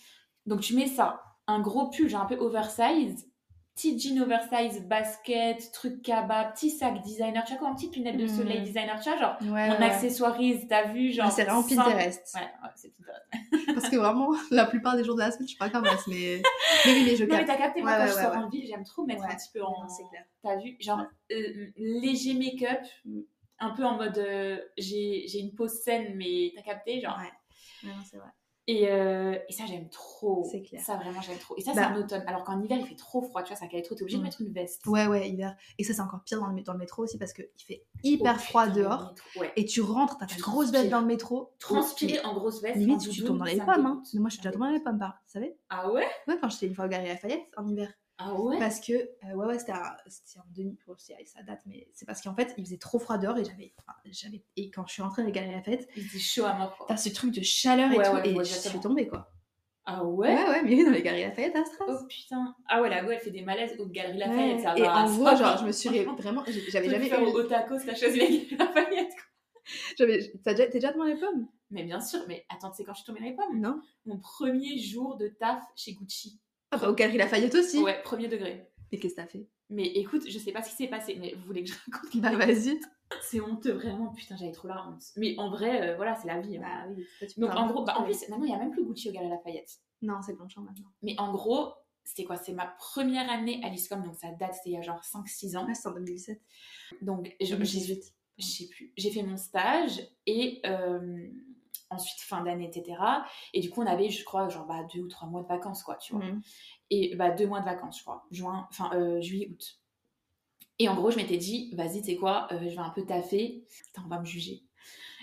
B: Donc tu mets ça, un gros pull, genre un peu oversize, petit jean oversize, basket, truc cabas, petit sac designer, tu vois comment, petite lunette de soleil
A: Mm.
B: designer, tu vois, genre
A: Ouais,
B: on
A: ouais, ouais.
B: accessoirise, t'as vu, genre.
A: Ah, c'est vraiment
B: simple.
A: Pinterest.
B: Ouais, ouais, c'est Pinterest.
A: Parce que vraiment, <laughs> la plupart des jours de la semaine, je suis pas comme As,
B: <laughs>
A: mais... mais oui, mais je
B: Non mais
A: capte.
B: t'as capté, moi
A: Ouais,
B: quand
A: ouais,
B: je
A: ouais,
B: sors
A: ouais.
B: en ville, j'aime trop mettre
A: Ouais.
B: un petit peu
A: Non,
B: en,
A: c'est clair.
B: T'as vu Genre, euh, léger make-up,
A: Mm.
B: un peu en mode euh, j'ai j'ai une pause saine, mais t'as capté genre.
A: Ouais. Ouais, non, c'est vrai.
B: Et, euh, et ça, j'aime trop.
A: C'est clair.
B: Ça, vraiment, j'aime trop. Et ça,
A: Bah.
B: c'est en automne. Alors qu'en hiver, il fait trop froid, tu vois, ça calait trop. T'es obligé
A: Mm.
B: de mettre une veste.
A: Ouais, ouais, hiver. Et ça, c'est encore pire dans le, mé- dans le métro aussi parce qu'il fait
B: Oh,
A: hyper froid
B: putain, le
A: dehors.
B: métro, Ouais.
A: Et tu rentres, t'as ta
B: Tu
A: grosse
B: transpires.
A: veste dans le métro.
B: Transpirer en grosse veste. en
A: Limite, tu
B: doudoune,
A: tombes dans les
B: ça me
A: pommes. Hein.
B: dégoûte.
A: Mais moi, je suis déjà
B: Ça me
A: tombée dans les
B: dégoûte.
A: pommes, par, vous savez
B: Ah ouais
A: Ouais, quand j'étais une fois au Galerie Lafayette en hiver.
B: Ah ouais
A: Parce que, euh, ouais, ouais, c'était un- c'était en 2000, bon, c'est- ça date, mais c'est parce qu'en fait, il faisait trop froid dehors et j'avais. enfin, j'avais et quand je suis rentrée dans les Galeries Lafayette,
B: Il était chaud à mort, quoi.
A: t'as ce truc de chaleur et
B: Ouais,
A: tout,
B: ouais, je
A: et
B: vois
A: je suis
B: exactement.
A: tombée, quoi.
B: Ah
A: Ouais,
B: ouais
A: ouais, mais oui, dans les Galeries Lafayette à Strasbourg.
B: Oh putain. Ah ouais, la go, elle fait des malaises aux galeries Lafayette,
A: Ouais.
B: ça va.
A: Et en
B: c'est
A: gros,
B: pas
A: genre,
B: grave.
A: je me
B: <laughs>
A: suis ré- vraiment, j'ai- j'avais
B: Faut le
A: jamais
B: faire
A: eu.
B: au tacos la chose les galeries Lafayette, quoi.
A: j'avais- T'as déjà, t'es déjà devant les pommes
B: Mais bien sûr, mais attends, c'est quand je suis tombée dans les pommes
A: Non.
B: Mon premier jour de taf chez Gucci.
A: Ah bah, au Galerie Lafayette aussi.
B: Ouais, premier degré.
A: Mais qu'est-ce que t'as fait
B: Mais écoute, je sais pas ce qui s'est passé, mais vous voulez que je raconte
A: Bah vas-y.
B: C'est honteux, vraiment. Putain, j'avais trop la honte. Mais en vrai, euh, voilà, c'est la vie. hein.
A: Bah oui. toi, tu peux
B: Donc
A: pas
B: en
A: avoir
B: gros,
A: honte,
B: bah, en
A: mais-
B: plus, maintenant, il n'y a même plus Gucci au Gala Lafayette.
A: Non, c'est Longchamp maintenant.
B: Mais en gros, c'était quoi C'est ma première année à l'ISCOM, donc ça date, c'était il y a genre 5-6 ans.
A: Là, c'est en 2017.
B: Donc je- j'ai
A: 2018.
B: je sais plus, j'ai fait mon stage et euh, ensuite fin d'année, etc. Et du coup, on avait, je crois, genre bah, deux ou trois mois de vacances, quoi, tu vois.
A: Mhm.
B: Et bah, deux mois de vacances, je crois, juin, enfin, euh, juillet, août. Et en gros, je m'étais dit, vas-y, tu sais quoi, euh, je vais un peu taffer. Putain, on va me juger.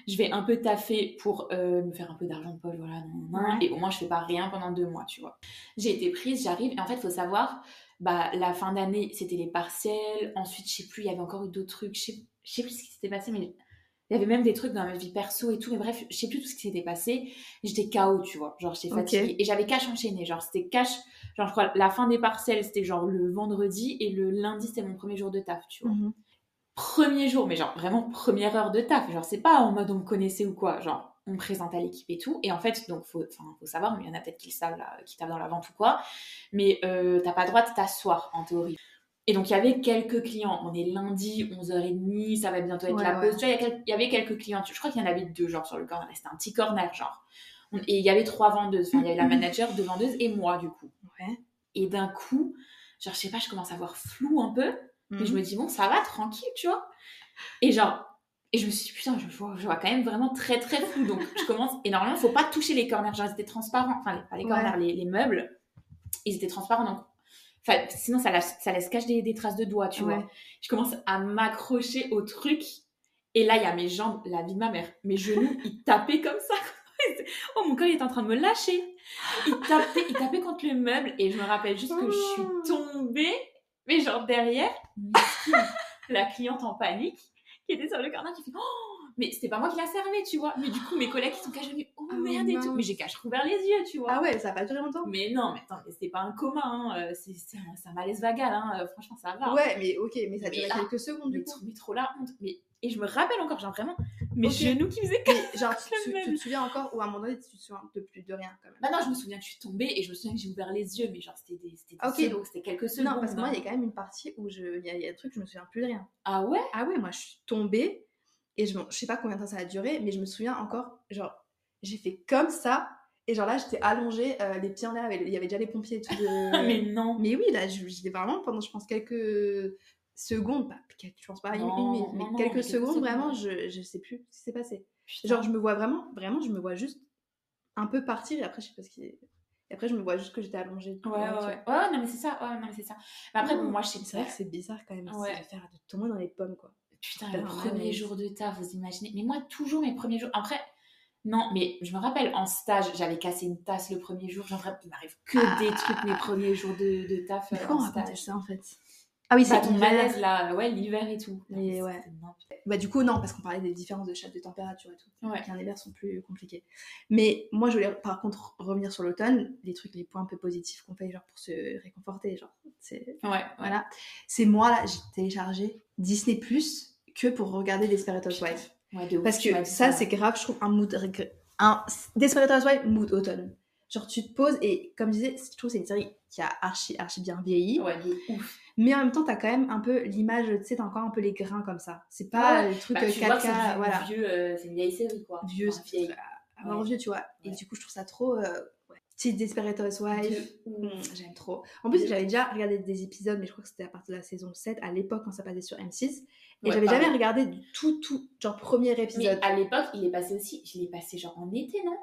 B: Je vais un peu taffer pour euh, me faire un peu d'argent de poche, voilà, nan, nan, nan.
A: Ouais.
B: et au moins je fais pas rien pendant deux mois, tu vois. J'ai été prise, j'arrive, et en fait, faut savoir, bah, la fin d'année, c'était les partiels, ensuite, je sais plus, il y avait encore eu d'autres trucs, je sais, je sais plus ce qui s'était passé, mais il y avait même des trucs dans ma vie perso et tout, mais bref, je sais plus tout ce qui s'était passé. J'étais KO, tu vois, genre j'étais
A: Ok.
B: fatiguée, et j'avais cash enchaîné, genre c'était cash, genre je crois, la fin des partiels, c'était genre le vendredi, et le lundi, c'était mon premier jour de taf, tu vois
A: Mhm.
B: premier jour, mais genre vraiment première heure de taf. Genre, c'est pas en mode on me connaissait ou quoi. Genre, on me présente à l'équipe et tout. Et en fait, donc, faut, enfin, faut savoir, mais il y en a peut-être qui le savent, là, qui tapent dans la vente ou quoi. Mais euh, t'as pas le droit de t'asseoir, en théorie. Et donc, il y avait quelques clients. On est lundi, 11h30, ça va bientôt être
A: Ouais,
B: la
A: ouais.
B: pause. Tu vois, il y a quel- il y, avait quelques clients. Tu- Je crois qu'il y en avait deux, genre, sur le corner. C'était un petit corner, genre. On- Et il y avait trois vendeuses. Enfin, il y avait la manager, deux vendeuses et moi, du coup.
A: Mm-hmm. Ouais.
B: Et d'un coup, genre, je sais pas, je commence à voir flou un peu.
A: Mhm.
B: Et
A: Mmh.
B: je me dis, bon, ça va, tranquille, tu vois. Et genre, et je me suis dit, putain, je vois, je vois quand même vraiment très, très flou. Donc, je commence. Et normalement, faut pas toucher les corners. Genre, ils étaient transparents. Enfin, les- pas les corners, les, les meubles. Ils étaient transparents. Donc, enfin, sinon, ça, laisse- ça laisse cacher des, des traces de doigts, tu
A: Ouais.
B: vois. Je commence à m'accrocher au truc. Et là, il y a mes jambes, la vie de ma mère. Mes genoux, ils tapaient comme ça. <laughs> Oh, mon corps, il est en train de me lâcher. Il tapait, il tapait contre le meuble. Et je me rappelle juste que je suis tombée. Mais genre, derrière, Miskin, la cliente en panique qui était sur le corner qui fait oh mais c'était pas moi qui l'a servi tu vois mais du coup mes collègues ils sont cachés mais oh
A: Ah,
B: merde et tout
A: mince.
B: mais j'ai caché ouvert les yeux tu vois
A: Ah ouais, ça a pas duré longtemps
B: mais non mais attends mais c'est pas un commun hein, euh, c'est c'est un, c'est un malaise vagal hein, euh, franchement ça va
A: Ouais, mais ok, mais ça a
B: Mais
A: duré
B: là,
A: quelques secondes
B: mais,
A: du
B: trop,
A: coup.
B: mais trop la honte mais et je me rappelle encore genre vraiment mes
A: Ok.
B: genoux qui faisaient
A: Mais genre, tu,
B: Le
A: tu-
B: même.
A: tu te souviens encore ou à un moment donné, tu te souviens de plus de rien quand même
B: bah non je me souviens que je suis tombée et je me souviens que j'ai ouvert les yeux mais genre c'était des c'était des
A: Ok.
B: secondes, c'était quelques secondes
A: Non, parce que moi, il y
B: hein.
A: a quand même une partie où je- il y, a- il y a un truc, je me souviens plus de rien.
B: ah ouais
A: Ah ouais, moi, je suis tombée et je, m'en- je sais pas combien de temps ça a duré, mais je me souviens encore, genre, j'ai fait comme ça et genre là, j'étais allongée, euh, les pieds en l'air, avec- il y avait déjà les pompiers et tout.
B: <laughs>
A: de-
B: Ah, mais non
A: Mais oui, là, je, je l'ai vraiment pendant, je pense, quelques secondes, pas, quelques- je pense pas, une- une,
B: Non,
A: minute,
B: non,
A: mais
B: non,
A: quelques,
B: quelques
A: secondes,
B: secondes,
A: vraiment,
B: ouais.
A: je, je sais plus ce qui s'est passé.
B: Putain.
A: Genre, je me vois vraiment, vraiment, je me vois juste un peu partir et après, je sais pas ce qui est. Et après, je me vois juste que j'étais allongée.
B: ouais ouais
A: Là, tu
B: ouais, ouais,
A: Mmh.
B: non mais Oh. c'est ça ouais non mais c'est ça mais après bon, moi je sais
A: vois. C'est vrai que c'est bizarre quand même,
B: Ouais.
A: cette affaire de tomber dans les pommes, quoi.
B: Putain,
A: Ben
B: le
A: ouais,
B: premier
A: mais-
B: jour de taf, vous imaginez. Mais moi, toujours mes premiers jours. Après, non, mais je me rappelle, en stage, j'avais cassé une tasse le premier jour. Genre, vraiment, il m'arrive que des
A: Ah.
B: trucs mes premiers jours de, de taf. euh,
A: Mais pourquoi
B: en
A: on racontait
B: stage.
A: ça en fait Ah oui,
B: Bah,
A: c'est
B: ton
A: l'hiver.
B: malaise là, ouais, l'hiver et tout. Non,
A: Mais
B: mais
A: ouais.
B: c'était n'importe-
A: Bah, du coup, non, parce qu'on parlait des différences de chape de température et tout.
B: Ouais.
A: Bien, les hivers sont plus compliqués. Mais moi, je voulais par contre revenir sur l'automne, les trucs, les points un peu positifs qu'on fait genre pour se réconforter. Genre, c'est
B: Ouais, ouais.
A: voilà. C'est moi là, j'ai téléchargé Disney Plus que pour regarder Desperate Housewives.
B: Ouais, de ouf,
A: Parce
B: tu m'as
A: que
B: dit
A: ça,
B: ouais.
A: c'est grave, je trouve un mood. reg- Un... Desperate Housewives, mood automne. Genre, tu te poses et comme je disais, je trouve que c'est une série qui a archi, archi bien vieilli.
B: Ouais, de ouf.
A: Mais en même temps, t'as quand même un peu l'image, tu sais, t'as encore un peu les grains comme ça. C'est pas
B: Ouais,
A: le truc
B: Bah,
A: euh,
B: tu vois que c'est
A: 4K,
B: du
A: voilà
B: vieux, euh, c'est une vieille série quoi.
A: vieux,
B: Enfin, vieille.
A: à mort
B: Ouais.
A: vieux, tu vois. Et
B: Ouais.
A: du coup, je trouve ça trop. Euh, ouais. Petite Desperate Housewives.
B: De
A: Mm, J'aime trop. En plus, j'avais déjà regardé des épisodes, mais je crois que c'était à partir de la saison 7, à l'époque quand ça passait sur M6. Et
B: Ouais,
A: j'avais
B: pareil.
A: jamais regardé du tout, tout, genre premier
B: Mais ah,
A: épisode.
B: à l'époque, il est passé aussi. Je l'ai passé genre en été, non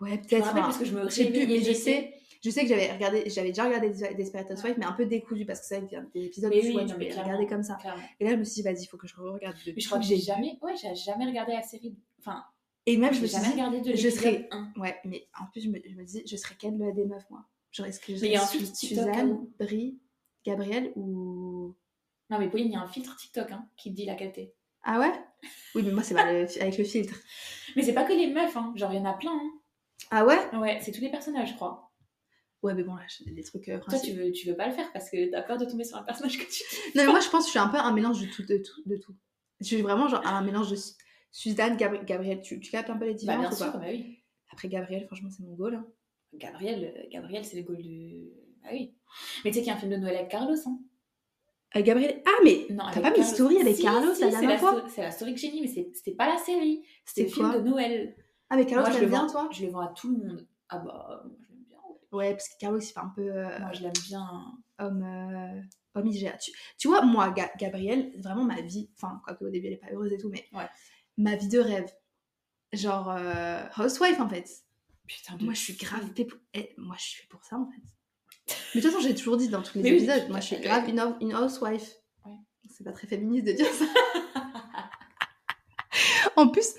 A: Ouais,
B: Je me
A: peut-être.
B: rappelle
A: enfin,
B: parce que je me
A: je sais plus,
B: réveillais
A: mais je
B: l'été.
A: sais- je sais que j'avais regardé, j'avais déjà regardé Des- Desperate Housewives, mais un peu décousu parce que c'est vrai qu'il y a des épisodes
B: Mais
A: où
B: oui,
A: vois,
B: non,
A: tu
B: mais
A: les
B: clairement.
A: regarder comme ça.
B: Clairement.
A: Et là, je me suis dit, vas-y, il faut que je regarde de
B: Mais je
A: tout
B: crois que j'ai Ah, jamais, ouais, j'ai jamais regardé la série. Enfin,
A: Et même, je
B: j'ai
A: me suis
B: jamais
A: dit,
B: regardé de
A: je
B: l'épisode
A: serais-
B: 1.
A: Ouais, mais en plus, je me, je me dis, je serais quelle euh, des meufs, moi Genre, est-ce que je
B: Mais il y a un
A: suis
B: filtre TikTok,
A: Suzanne,
B: hein.
A: Brie, Gabrielle ou.
B: Non, mais Pauline, il y a un filtre TikTok hein, qui te dit laquelle t'es.
A: Ah ouais Oui, mais moi, c'est pas le- avec le filtre.
B: Mais c'est pas que les meufs, hein. genre il y en a plein. hein.
A: Ah ouais
B: Ouais, c'est tous les personnages, je crois.
A: Ouais, mais bon, là, je- les trucs euh,
B: Toi,
A: principaux.
B: tu veux, tu veux pas le faire parce que t'as peur de tomber sur un personnage que tu.
A: Non, mais moi, je pense que je suis un peu un mélange de tout. De tout, de tout. Je suis vraiment genre un mélange de Su- Suzanne, Gabri- Gabrielle. Tu, tu captes un peu les
B: Bah,
A: différences
B: bien
A: ou pas
B: sûr, bah oui.
A: Après, Gabrielle, franchement, c'est mon goal. hein.
B: Gabriel, euh, Gabriel c'est le goal de. Bah oui. Mais tu sais qu'il y a un film de Noël avec Carlos, hein.
A: Euh, Gabrielle. Ah, mais
B: Non,
A: t'as
B: avec
A: pas mis
B: Carlos.
A: story avec
B: Si,
A: Carlos
B: si,
A: la
B: c'est
A: dernière
B: sto-
A: fois
B: C'est la story que j'ai mis, mais c'est- c'était pas la série. C'était
A: C'était
B: le film
A: quoi
B: de Noël.
A: Ah, mais Carlos,
B: Moi, je le
A: t'aimes bien,
B: vends,
A: toi
B: Je le vends à tout le monde. Ah bah, moi, je l'aime bien. ouais.
A: Ouais, parce que Carlos, il fait un peu. euh,
B: Moi, je l'aime bien.
A: homme, euh, homme IGA. Tu, tu vois, moi, Ga- Gabrielle, vraiment ma vie, enfin, quoique au début elle est pas heureuse et tout, mais
B: Ouais.
A: ma vie de rêve. Genre, euh, housewife en fait.
B: Putain, de
A: Moi, je suis grave
B: fou.
A: fait pour... eh, moi, je suis fait pour ça en fait. Mais de toute façon, j'ai toujours dit dans tous les
B: Mais oui,
A: épisodes,
B: tu
A: moi, je suis
B: t'appelles,
A: grave une, ho- une housewife.
B: Ouais.
A: C'est pas très féministe de dire ça. <laughs> en plus,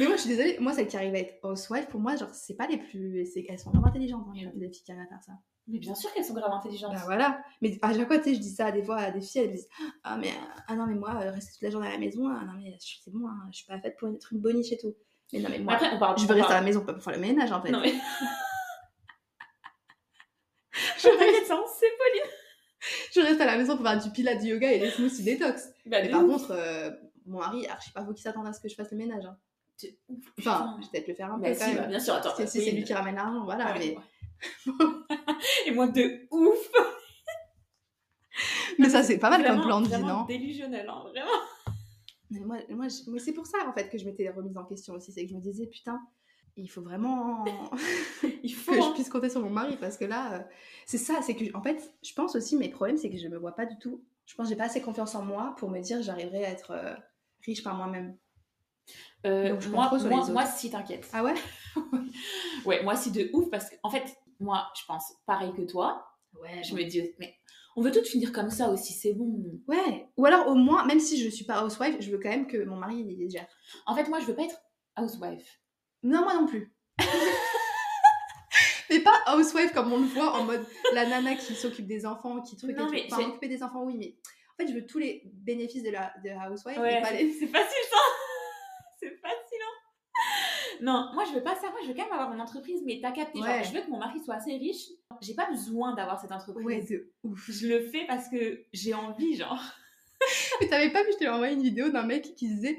A: mais moi, je suis désolée, moi, celles qui arrivent à être housewife, pour moi, genre, c'est pas les plus. c'est- Elles sont vraiment intelligentes, hein,
B: Mais
A: les filles qui arrivent à faire ça.
B: Mais bien sûr qu'elles sont grave intelligentes.
A: Bah voilà. Mais à chaque fois, tu sais, je dis ça à des fois à des filles, elles me disent Ah, mais, euh, ah non, mais moi, euh, rester toute la journée à la maison, ah non, mais je suis- c'est bon, hein, je suis pas faite pour être une boniche et tout. Mais non, mais moi,
B: Après, on parle.
A: je
B: on
A: veux rester
B: parle-
A: à la maison, pas pour faire le ménage en fait.
B: Non, mais. <laughs>
A: Je, veux,
B: T'inquiète, ça, on sait pas.
A: je reste à la maison pour faire du pilates, du yoga et des smoothies détox.
B: Bah,
A: Mais
B: de
A: par
B: ouf.
A: contre, euh, mon mari, archi pas vous qui s'attendent à ce que je fasse le ménage. hein.
B: De ouf,
A: Enfin,
B: putain.
A: je vais peut-être le faire un
B: Bah,
A: peu quand
B: si, bah,
A: même.
B: bien sûr, attends.
A: Parce que si c'est
B: oui,
A: lui qui ramène l'argent, voilà.
B: ouais, <laughs>
A: mais...
B: ouais. Et moi, de ouf.
A: mais ça, c'est pas mal
B: Vraiment-
A: comme plan de vie,
B: vraiment
A: non
B: Délusionnel, hein, vraiment.
A: Mais moi, moi, je- mais c'est pour ça en fait que je m'étais remise en question aussi, c'est que je me disais putain, il faut <laughs> vraiment
B: Il faut.
A: que je
B: hein.
A: puisse compter sur mon mari parce que là, euh, c'est ça, c'est que en fait, je pense aussi mes problèmes, c'est que je me vois pas du tout. Je pense que j'ai pas assez confiance en moi pour me dire j'arriverai à être euh, riche par moi-même.
B: Euh,
A: Donc, je
B: moi,
A: compte trop sur
B: moi,
A: les
B: moi, si, t'inquiète.
A: Ah ouais
B: Ouais, moi, si, de ouf, parce que, en fait, moi, je pense pareil que toi.
A: Ouais.
B: Je me dis, mais on veut toutes finir comme ça aussi, c'est bon.
A: Ouais. Ou alors au moins, même si je suis pas housewife, je veux quand même que mon mari il les gère.
B: En fait, moi, je veux pas être housewife.
A: Non, moi non
B: <laughs>
A: plus. Mais pas housewife comme on le voit en mode la nana qui s'occupe des enfants, qui truc et
B: Non,
A: tout.
B: mais
A: Enfin,
B: j'ai-
A: occuper des enfants, oui, mais en fait, je veux tous les bénéfices de la, de la housewife, mais
B: Ouais,
A: pas les-
B: C'est facile, ça <laughs> C'est facile, hein Non, moi, je veux pas ça. Moi, je veux quand même avoir mon entreprise, mais t'as capté. genre,
A: Ouais.
B: je veux que mon mari soit assez riche. J'ai pas besoin d'avoir cette entreprise.
A: Ouais, de ouf.
B: Je le fais parce que j'ai envie, genre.
A: Mais t'avais pas vu, je t'ai envoyé une vidéo d'un mec qui disait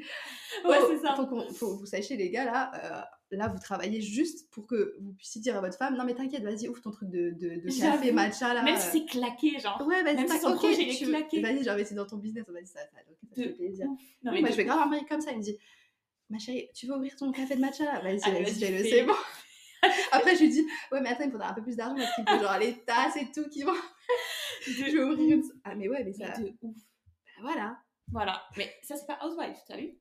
B: Ouais,
A: Oh,
B: c'est ça.
A: Faut, qu'on- faut que vous sachiez, les gars, là, euh, là, vous travaillez juste pour que vous puissiez dire à votre femme Non, mais t'inquiète, vas-y, ouvre ton truc de, de,
B: <laughs>
A: de café,
B: J'avoue.
A: matcha, là.
B: Même
A: euh.
B: si c'est claqué, genre.
A: Ouais, vas-y,
B: même si
A: t'inquiète,
B: son
A: ok,
B: projet, il est
A: tu veux-
B: claqué.
A: Vas-y, j'investis dans ton business, vas-y, ça, ça, ok, ça
B: De
A: fait plaisir.
B: Non,
A: Oui,
B: mais
A: moi,
B: de-
A: je vais grave un mec comme ça. Il me dit, ma chérie, tu veux ouvrir ton café de matcha là Vas-y,
B: Ah,
A: vas-y,
B: vas-y,
A: fais-le,
B: fais-le.
A: c'est bon. <laughs> Après, je lui dis, ouais, mais attends, il faudra un peu plus d'argent parce qu'il faut genre
B: <laughs>
A: les tasses et tout qui vont.
B: de
A: Je vais ouvrir
B: ouf.
A: une. Ah, mais ouais, mais ça.
B: Mais de ouf.
A: Voilà.
B: Voilà. Mais ça, c'est pas housewife, t'as vu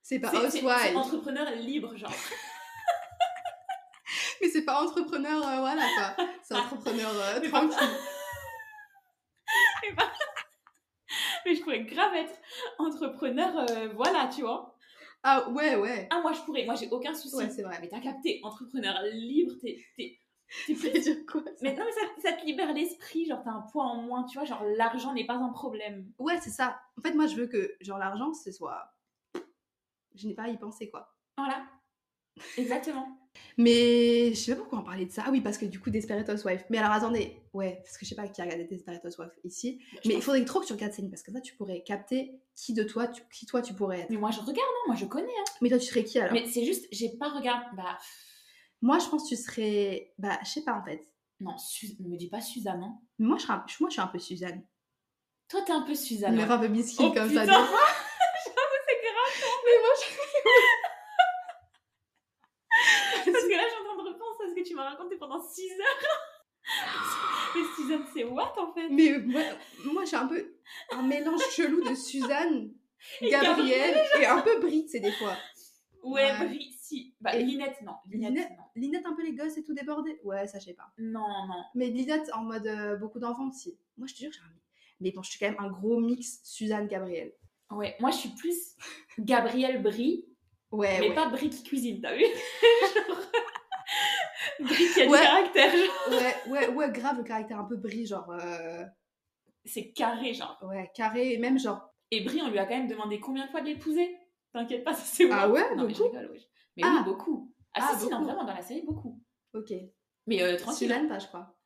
A: C'est pas
B: C'est- c'est- c'est
A: housewife,
B: entrepreneur libre, genre. <laughs>
A: mais c'est pas entrepreneur, euh, voilà quoi. C'est entrepreneur euh,
B: <laughs> Mais par-
A: tranquille.
B: Mais je pourrais grave être entrepreneur, euh, voilà, tu vois.
A: Ah ouais, ouais.
B: Ah, moi, je pourrais, moi, j'ai aucun souci.
A: Ouais, c'est vrai.
B: mais <laughs> t'as capté, entrepreneur libre, t'es. t'es- t'es
A: Ça <laughs>
B: plus-
A: veut dire quoi ça
B: Mais non, mais ça, ça te libère l'esprit, genre t'as un poids en moins, tu vois, genre l'argent n'est pas un problème.
A: Ouais, c'est ça. En fait, moi, je veux que, genre, l'argent, ce soit. Je n'ai pas à y penser, quoi.
B: Voilà. Exactement.
A: Mais je sais pas pourquoi on parlait de ça. Ah oui, parce que du coup, Desperate Housewives. Mais alors, attendez. Ouais, parce que je sais pas qui a regardé Desperate Housewives ici.
B: Je
A: Mais
B: pense-
A: il faudrait trop que tu regardes Céline, parce que ça, tu pourrais capter qui de toi, tu- qui toi tu pourrais être.
B: Mais moi je regarde, hein, moi je connais. hein.
A: Mais toi, tu serais qui alors
B: Mais c'est juste, j'ai pas regardé. Bah
A: Moi, je pense que tu serais. Bah, je sais pas, en fait.
B: non, Su- me dis pas Suzanne. hein.
A: Mais moi, je, serais un- moi, je suis un peu Suzanne.
B: Toi t'es un peu Suzanne.
A: Une
B: ouais.
A: meuf un peu miskin
B: Oh,
A: comme
B: putain. <laughs>
A: ça. des fois.
B: C'est grave
A: Mais moi, je-
B: parce que là je suis en train de repenser à ce que tu m'as raconté pendant 6
A: <gasps>
B: heures. Mais Suzanne c'est what en fait
A: Mais moi, moi, j'ai un peu un mélange chelou de Suzanne,
B: Et
A: Gabrielle et un peu Brie, c'est des fois.
B: Ouais,
A: Ouais.
B: Brie, si. Bah
A: Et-
B: Linette non. Linette,
A: Linette-
B: non.
A: Linette un peu les gosses et tout débordé. Ouais, ça je sais pas.
B: Non, non.
A: Mais Linette en mode euh, beaucoup d'enfants aussi. Moi je te jure que j'ai un mais bon, je suis quand même un gros mix Suzanne Gabrielle.
B: Ouais, moi je suis plus Gabrielle Brie,
A: Ouais,
B: mais
A: Eh ouais.
B: pas Brie qui cuisine, t'as vu <laughs> Genre... Brie qui a
A: Ouais.
B: du caractère. genre.
A: ouais, ouais, ouais, grave le caractère un peu Brie, genre euh,
B: C'est carré genre.
A: ouais, carré et même genre.
B: Et Brie, on lui a quand même demandé combien de fois de l'épouser. T'inquiète pas, ça c'est moi.
A: Ah ouais,
B: Non, mais je
A: beaucoup.
B: rigole, oui. Mais
A: Ah.
B: oui, beaucoup. Ah,
A: Ah,
B: si, si, non,
A: beaucoup.
B: vraiment, dans la série, beaucoup.
A: Ok.
B: Mais euh, tranquille.
A: Suzanne pas, je crois.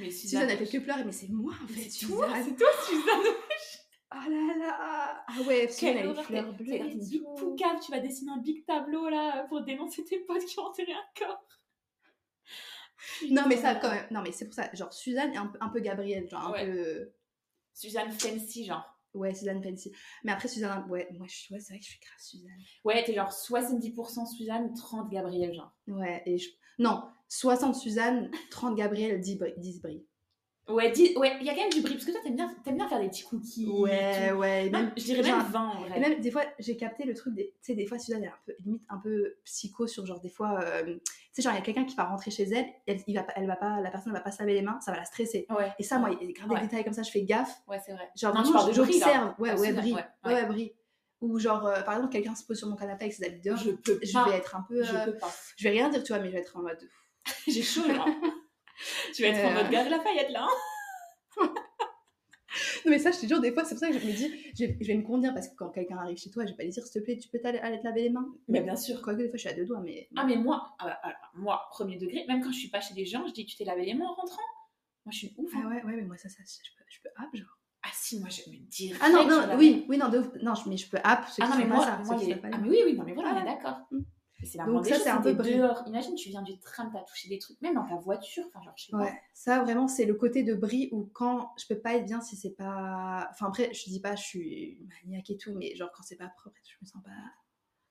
B: Mais
A: Suzanne,
B: Suzanne,
A: elle
B: <laughs>
A: fait que pleurer, mais c'est moi en
B: Mais
A: fait.
B: c'est toi,
A: Suzanne.
B: c'est toi, Suzanne.
A: Ah là là. Ah ouais, Suzanne,
B: Quelle
A: elle est
B: horreur.
A: fleur
B: t'es-
A: bleue.
B: t'es dans une big
A: et tout.
B: poucave, tu vas dessiner un big tableau là pour dénoncer tes potes qui ont enterré un corps.
A: Non mais
B: Putain.
A: ça quand même. Non mais c'est pour ça. Genre Suzanne est un, peu- un peu Gabrielle, genre un
B: Ouais.
A: peu.
B: Suzanne Fancy, genre.
A: Ouais, Suzanne Fancy. Mais après Suzanne, ouais, moi je suis, ouais, c'est vrai que je suis grave Suzanne.
B: Ouais, t'es genre 70% Suzanne, 30 Gabriel, genre.
A: Ouais et je... non 60 Suzanne, 30 Gabrielle, 10 Brie. 10 Brie.
B: Ouais, dis- ouais, il y a quand même du bris, parce que toi, t'aimes bien, t'aimes bien faire des petits cookies. et
A: Ouais
B: tout.
A: ouais. et
B: Non,
A: même-
B: je dirais
A: genre-
B: même 20 en vrai.
A: Et même des fois, j'ai capté le truc, des- tu sais, des fois Suzanne elle est un peu, limite un peu psycho sur genre des fois, euh, tu sais, genre il y a quelqu'un qui va rentrer chez elle, elle, il va, pas- elle va pas, la personne va pas se laver les mains, ça va la stresser.
B: Ouais,
A: Et ça, moi, il y a grave
B: Ouais.
A: des détails comme ça, je fais gaffe.
B: ouais, c'est vrai.
A: Genre,
B: Non, tu
A: vraiment,
B: parles de Brie, là.
A: j'observe. Ouais,
B: Ah,
A: ouais,
B: Suzanne,
A: Brie.
B: ouais,
A: Ouais,
B: ouais.
A: ouais, Brie. Ou genre, euh, par exemple, quelqu'un se pose sur mon canapé avec ses habits dehors,
B: Je
A: je,
B: peux
A: je
B: pas.
A: vais être un peu. euh,
B: Je peux pas.
A: Je vais rien dire, tu vois, mais je vais être en mode.
B: J'ai chaud
A: <laughs>
B: là. tu vas être en
A: Euh.
B: mode Gary Lafayette là. hein.
A: Non, mais ça, je te jure, des fois, c'est pour ça que je me dis, je vais, je vais me contenir parce que quand quelqu'un arrive chez toi, je vais pas lui dire, s'il te plaît, tu peux t'aller- aller te laver les mains.
B: Mais bien sûr.
A: Quoique, des fois, je suis à deux doigts, mais.
B: Ah mais moi, ah bah, ah bah, moi premier degré, même quand je suis pas chez les gens, je dis tu t'es lavé les mains en rentrant. Moi je suis ouf. hein.
A: Ah ouais, ouais, mais moi, ça, ça je peux, je peux app, genre.
B: Ah si moi je me dis.
A: Ah non, non, oui, oui, non, de ouf. non, je- mais je peux app, ceux
B: Ah
A: qui
B: non mais
A: font
B: moi,
A: pas ça,
B: moi
A: ceux qui
B: les-
A: font pas
B: ah
A: les-
B: mais oui oui non mais voilà on
A: Ah.
B: est d'accord.
A: Mm.
B: Mais C'est la
A: Donc
B: moindre des
A: ça,
B: choses,
A: c'est un
B: t'es
A: peu bris.
B: dehors. Imagine tu viens du train, t'as touché des trucs, même dans ta voiture, enfin genre je sais
A: Ouais,
B: pas.
A: ça vraiment c'est le côté de Brie où quand je peux pas être bien si c'est pas. Enfin après je dis pas je suis maniaque et tout, mais genre quand c'est pas propre, je me sens pas.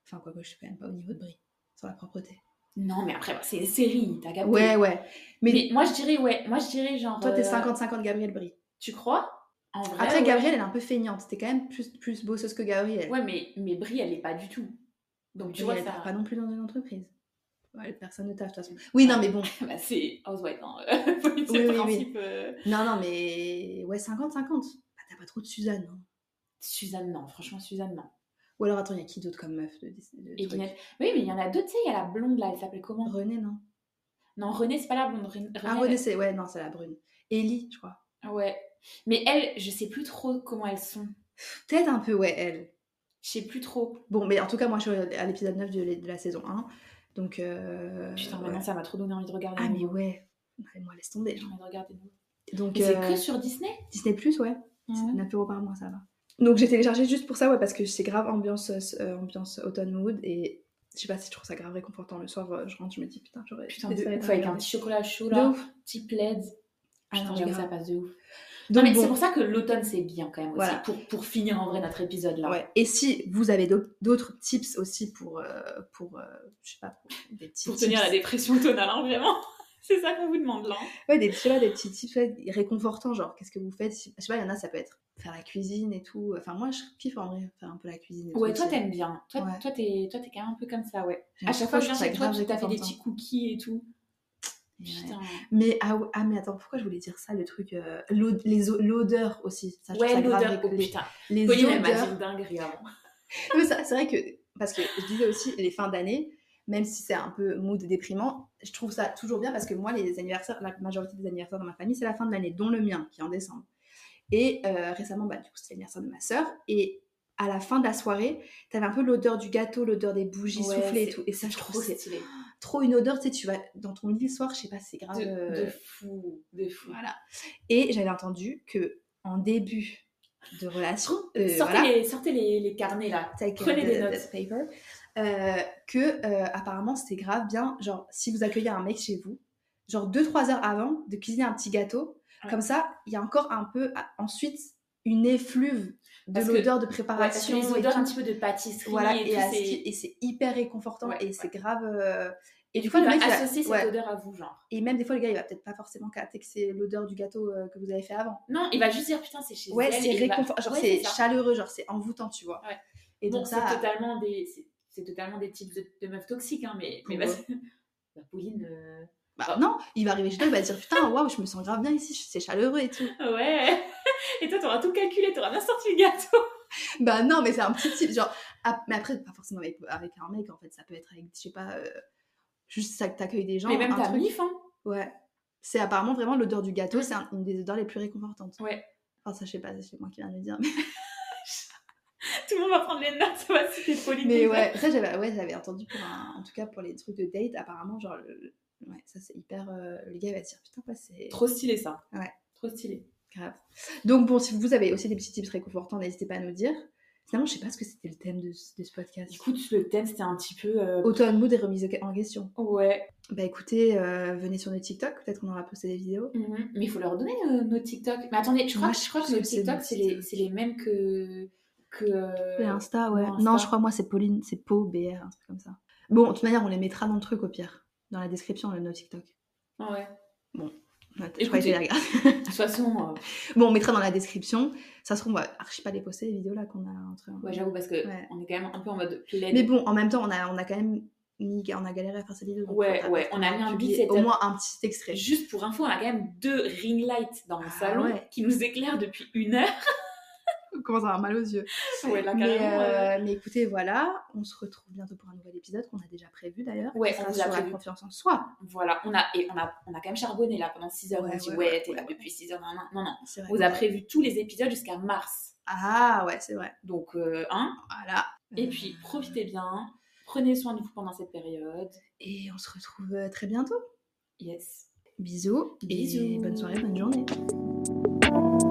A: Enfin quoi que je suis quand même pas au niveau de Brie sur la propreté.
B: Non mais après bah, c'est une série, t'as capté.
A: Ouais ouais.
B: Mais...
A: Mais,
B: moi je dirais ouais, moi je dirais genre.
A: toi t'es
B: euh,
A: 50-50 Gabrielle Brie.
B: Tu crois En vrai.
A: Après
B: Ah ouais.
A: Gabrielle elle est un peu feignante, t'es quand même plus plus bosseuse que Gabrielle.
B: Ouais mais mais Brie elle est pas du tout. Donc tu
A: Brie,
B: vois
A: elle
B: ça.
A: taffe pas non plus dans une entreprise. Ouais, personne ne taffe de toute façon. Oui non mais bon.
B: <laughs> Bah, c'est Housewife, hein. <laughs> Faut une- c'est
A: Oui,
B: le
A: oui, oui.
B: principe. euh,
A: non non mais ouais 50-50. Bah, t'as pas trop de Suzanne. hein.
B: Suzanne, non, franchement, Suzanne, non.
A: Ou alors attends y a qui d'autre comme meuf de, de
B: Et
A: trucs
B: Gwyneth- Oui, mais il y en a d'autres, tu sais, il y a la blonde là, elle s'appelle comment
A: René non.
B: Non, Renée, c'est pas la blonde. Ren- Renée,
A: Ah, Renée, c'est. Ouais, non, c'est la brune. Ellie, je crois.
B: elle- Ouais. Mais elle, je sais plus trop comment elles sont.
A: Peut-être un peu, ouais, elle.
B: Je sais plus trop.
A: Bon, mais en tout cas, moi, je suis à l'épisode 9 de, l'é- de la saison 1. Donc. euh,
B: Putain,
A: ouais.
B: maintenant, ça m'a trop donné envie de regarder.
A: Ah,
B: de
A: mais
B: nouveau.
A: ouais. Ouais, moi, laisse tomber.
B: J'ai
A: genre.
B: envie de regarder. de nouveau.
A: Donc,
B: Mais c'est
A: euh,
B: que sur Disney
A: Disney, ouais.
B: Ouais.
A: 9 euros par mois, ça va. Donc, j'ai téléchargé juste pour ça, ouais, parce que c'est grave ambiance, euh, ambiance automne mood. Et je sais pas si je trouve ça grave réconfortant. Le soir, euh, je rentre, je me dis, putain, j'aurais.
B: Putain,
A: des
B: de
A: séries
B: ouf,
A: à
B: avec un
A: regarder.
B: petit chocolat chaud
A: De
B: là,
A: ouf.
B: petit plaid.
A: Ah,
B: Putain,
A: non,
B: j'avoue,
A: grave.
B: ça passe de ouf. Non,
A: Donc,
B: Ah, mais
A: bon.
B: c'est pour ça que l'automne, c'est bien quand même aussi.
A: Voilà.
B: Pour, pour finir en vrai notre épisode là.
A: Ouais. Et si vous avez d'aut- d'autres tips aussi pour, euh, pour euh, je sais pas, pour des petits
B: Pour tenir
A: tips.
B: la dépression automnale, hein, vraiment. <laughs> C'est ça qu'on vous demande là. hein.
A: Ouais, des, je sais pas, des petits tips ouais, réconfortants, genre qu'est-ce que vous faites si- Je sais pas, il y en a, ça peut être faire la cuisine et tout. Enfin, moi, je kiffe en vrai, faire un peu la cuisine. et
B: Ouais,
A: tout
B: toi
A: aussi.
B: t'aimes bien. Toi,
A: Ouais.
B: toi t'es, toi t'es quand même un peu comme ça, ouais.
A: J'aime
B: À chaque fois que je
A: trop,
B: viens
A: je trouve
B: chez
A: ça
B: toi,
A: grave
B: tu t'as fait des
A: réconfortant.
B: petits cookies et tout. Putain.
A: Mais ah, ouais- ah, mais attends, pourquoi je voulais dire ça, le truc euh, l'ode- les o- L'odeur aussi. Ça, je trouve
B: Ouais,
A: ça grave
B: l'odeur. Oh,
A: révolté.
B: putain.
A: Les
B: Pauline, elle m'a
A: odeurs.
B: dit une dinguerie avant.
A: Oui, ça, c'est vrai que, parce que je disais aussi, les fins d'année, même si c'est un peu mood déprimant, je trouve ça toujours bien parce que moi, les anniversaires, la majorité des anniversaires dans ma famille, c'est la fin de l'année, dont le mien, qui est en décembre. Et euh, récemment, bah, du coup, c'était l'anniversaire de ma sœur. Et à la fin de la soirée, t'avais un peu l'odeur du gâteau, l'odeur des bougies
B: Ouais,
A: soufflées et
B: c'est
A: tout. Et ça, je
B: Trop
A: trouve que c'est
B: stylé.
A: trop une odeur, tu sais, tu vas dans ton lit le soir, je sais pas, c'est grave.
B: De,
A: euh,
B: de fou. De fou.
A: Voilà. Et j'avais entendu que en début de relation, euh,
B: sortez
A: voilà,
B: les, sortez les, les carnets là.
A: Take, euh,
B: Prenez des
A: the-
B: notes.
A: that paper, euh, que euh, apparemment c'était grave bien, genre si vous accueillez un mec chez vous, genre 2-3 heures avant de cuisiner un petit gâteau,
B: Ouais.
A: comme ça il y a encore un peu ah, ensuite une effluve de
B: Parce que-
A: l'odeur de
B: Ouais, parce que
A: préparation
B: les
A: et
B: odeurs
A: tout.
B: un petit peu de pâtisserie
A: voilà
B: et,
A: et,
B: tout,
A: à-
B: c'est-
A: et c'est hyper réconfortant
B: Ouais,
A: et c'est grave euh,
B: Et
A: du
B: du
A: coup,
B: coup,
A: le
B: il va
A: mec, il va-
B: associer cette
A: ouais.
B: odeur à vous, genre.
A: et même des fois le gars il va peut-être pas forcément capter que c'est l'odeur du gâteau euh, que vous avez fait avant.
B: Non, il va juste dire putain, c'est chez
A: Ouais,
B: elle.
A: c'est
B: et il va-
A: réconfort, genre
B: Ouais,
A: c'est
B: ça.
A: chaleureux, genre c'est envoûtant, tu vois.
B: Ouais.
A: Et
B: Bon,
A: donc
B: c'est
A: ça,
B: totalement des, c'est- c'est totalement des types de, de meufs toxiques, hein, mais, mais
A: Ouais.
B: vas-y. Bah, Pauline, euh,
A: bah non, il va arriver chez toi, il va dire putain, waouh, je me sens grave bien ici, c'est chaleureux et
B: <laughs>
A: tout.
B: ouais. Et toi, t'auras tout calculé, t'auras bien sorti le gâteau.
A: Bah non, mais c'est un petit type, genre, ah, mais après, pas forcément avec, avec un mec, en fait, ça peut être avec, je sais pas, euh, juste ça que t'accueilles des gens.
B: mais même
A: un
B: ta
A: truc.
B: mif, hein.
A: Ouais. C'est apparemment vraiment l'odeur du
B: <laughs>
A: gâteau, c'est un- une des odeurs les plus réconfortantes.
B: Ouais.
A: Enfin, ça, je sais pas, c'est moi qui viens de le
B: <laughs>
A: dire. Mais,
B: Tout le monde va prendre les notes, ça va citer Pauline.
A: mais
B: Bieber.
A: ouais, ça, j'avais ouais, j'avais entendu pour un- en tout cas, pour les trucs de date, apparemment, genre, le- ouais, ça, c'est hyper. euh, le gars va se dire putain, ouais, c'est.
B: Trop stylé, ça.
A: Ouais.
B: Trop stylé.
A: Grave. Donc bon, si vous avez aussi des petits tips réconfortants, n'hésitez pas à nous dire. Finalement, je sais pas ce que c'était le thème de, ce- de ce podcast.
B: Écoute, le thème, c'était un petit peu. euh,
A: Automne mood et remise au- en question.
B: Ouais.
A: Bah écoutez, euh, venez sur nos TikTok, peut-être qu'on aura posté des vidéos.
B: Mhm. Mais il faut leur donner euh, nos TikTok. Mais attendez, je crois,
A: Moi,
B: je crois
A: je
B: que nos
A: pense que c'est
B: TikTok,
A: nos
B: c'est les,
A: TikTok.
B: c'est les mêmes que. que euh,
A: Et Insta, ouais.
B: Insta.
A: Non, je crois moi c'est Pauline, c'est Po BR, un truc comme ça. Bon, de toute manière, on les mettra dans le truc au pire, dans la description de nos TikTok. hein.
B: Ouais.
A: Ouais, je croyais que
B: Écoutez.
A: j'allais regarder. <laughs>
B: De toute façon, euh,
A: Bon, on mettra dans la description. Ça se trouve, on va archi pas les poster les vidéos là qu'on a entre.
B: ouais, j'avoue, parce que
A: Ouais.
B: on est quand même un peu en mode pleine.
A: Mais bon, en même temps, on a, on a quand même mis, on a galéré à faire ces vidéos. donc
B: Ouais,
A: faudra
B: ouais,
A: peut-être
B: on a mis un
A: publier
B: petit setup.
A: Au moins un petit extrait.
B: Juste pour info, on a quand même deux ring lights dans le
A: Ah
B: salon
A: ouais.
B: qui nous éclairent depuis
A: <laughs>
B: une heure.
A: commence à avoir mal aux yeux.
B: Ouais, là,
A: Mais,
B: carrément,
A: euh, mais écoutez, voilà, on se retrouve bientôt pour un nouvel épisode qu'on a déjà prévu d'ailleurs.
B: Ouais,
A: qui sera
B: on vous a
A: sur la
B: prévu.
A: confiance en soi.
B: Voilà, on a, et on, a, on a quand même charbonné là pendant 6 heures.
A: Ouais,
B: on dit,
A: ouais,
B: ouais,
A: ouais,
B: t'es
A: ouais,
B: là
A: ouais.
B: depuis 6 heures. Non, non, non, non.
A: C'est vrai.
B: On vous a prévu tous les épisodes jusqu'à mars.
A: Ah ouais, c'est vrai.
B: Donc, euh, hein.
A: Voilà.
B: Et
A: Euh,
B: puis, profitez bien. Prenez soin de vous pendant cette période.
A: Et on se retrouve euh, très bientôt.
B: Yes.
A: Bisous. Et
B: Bisous.
A: bonne soirée, bonne journée.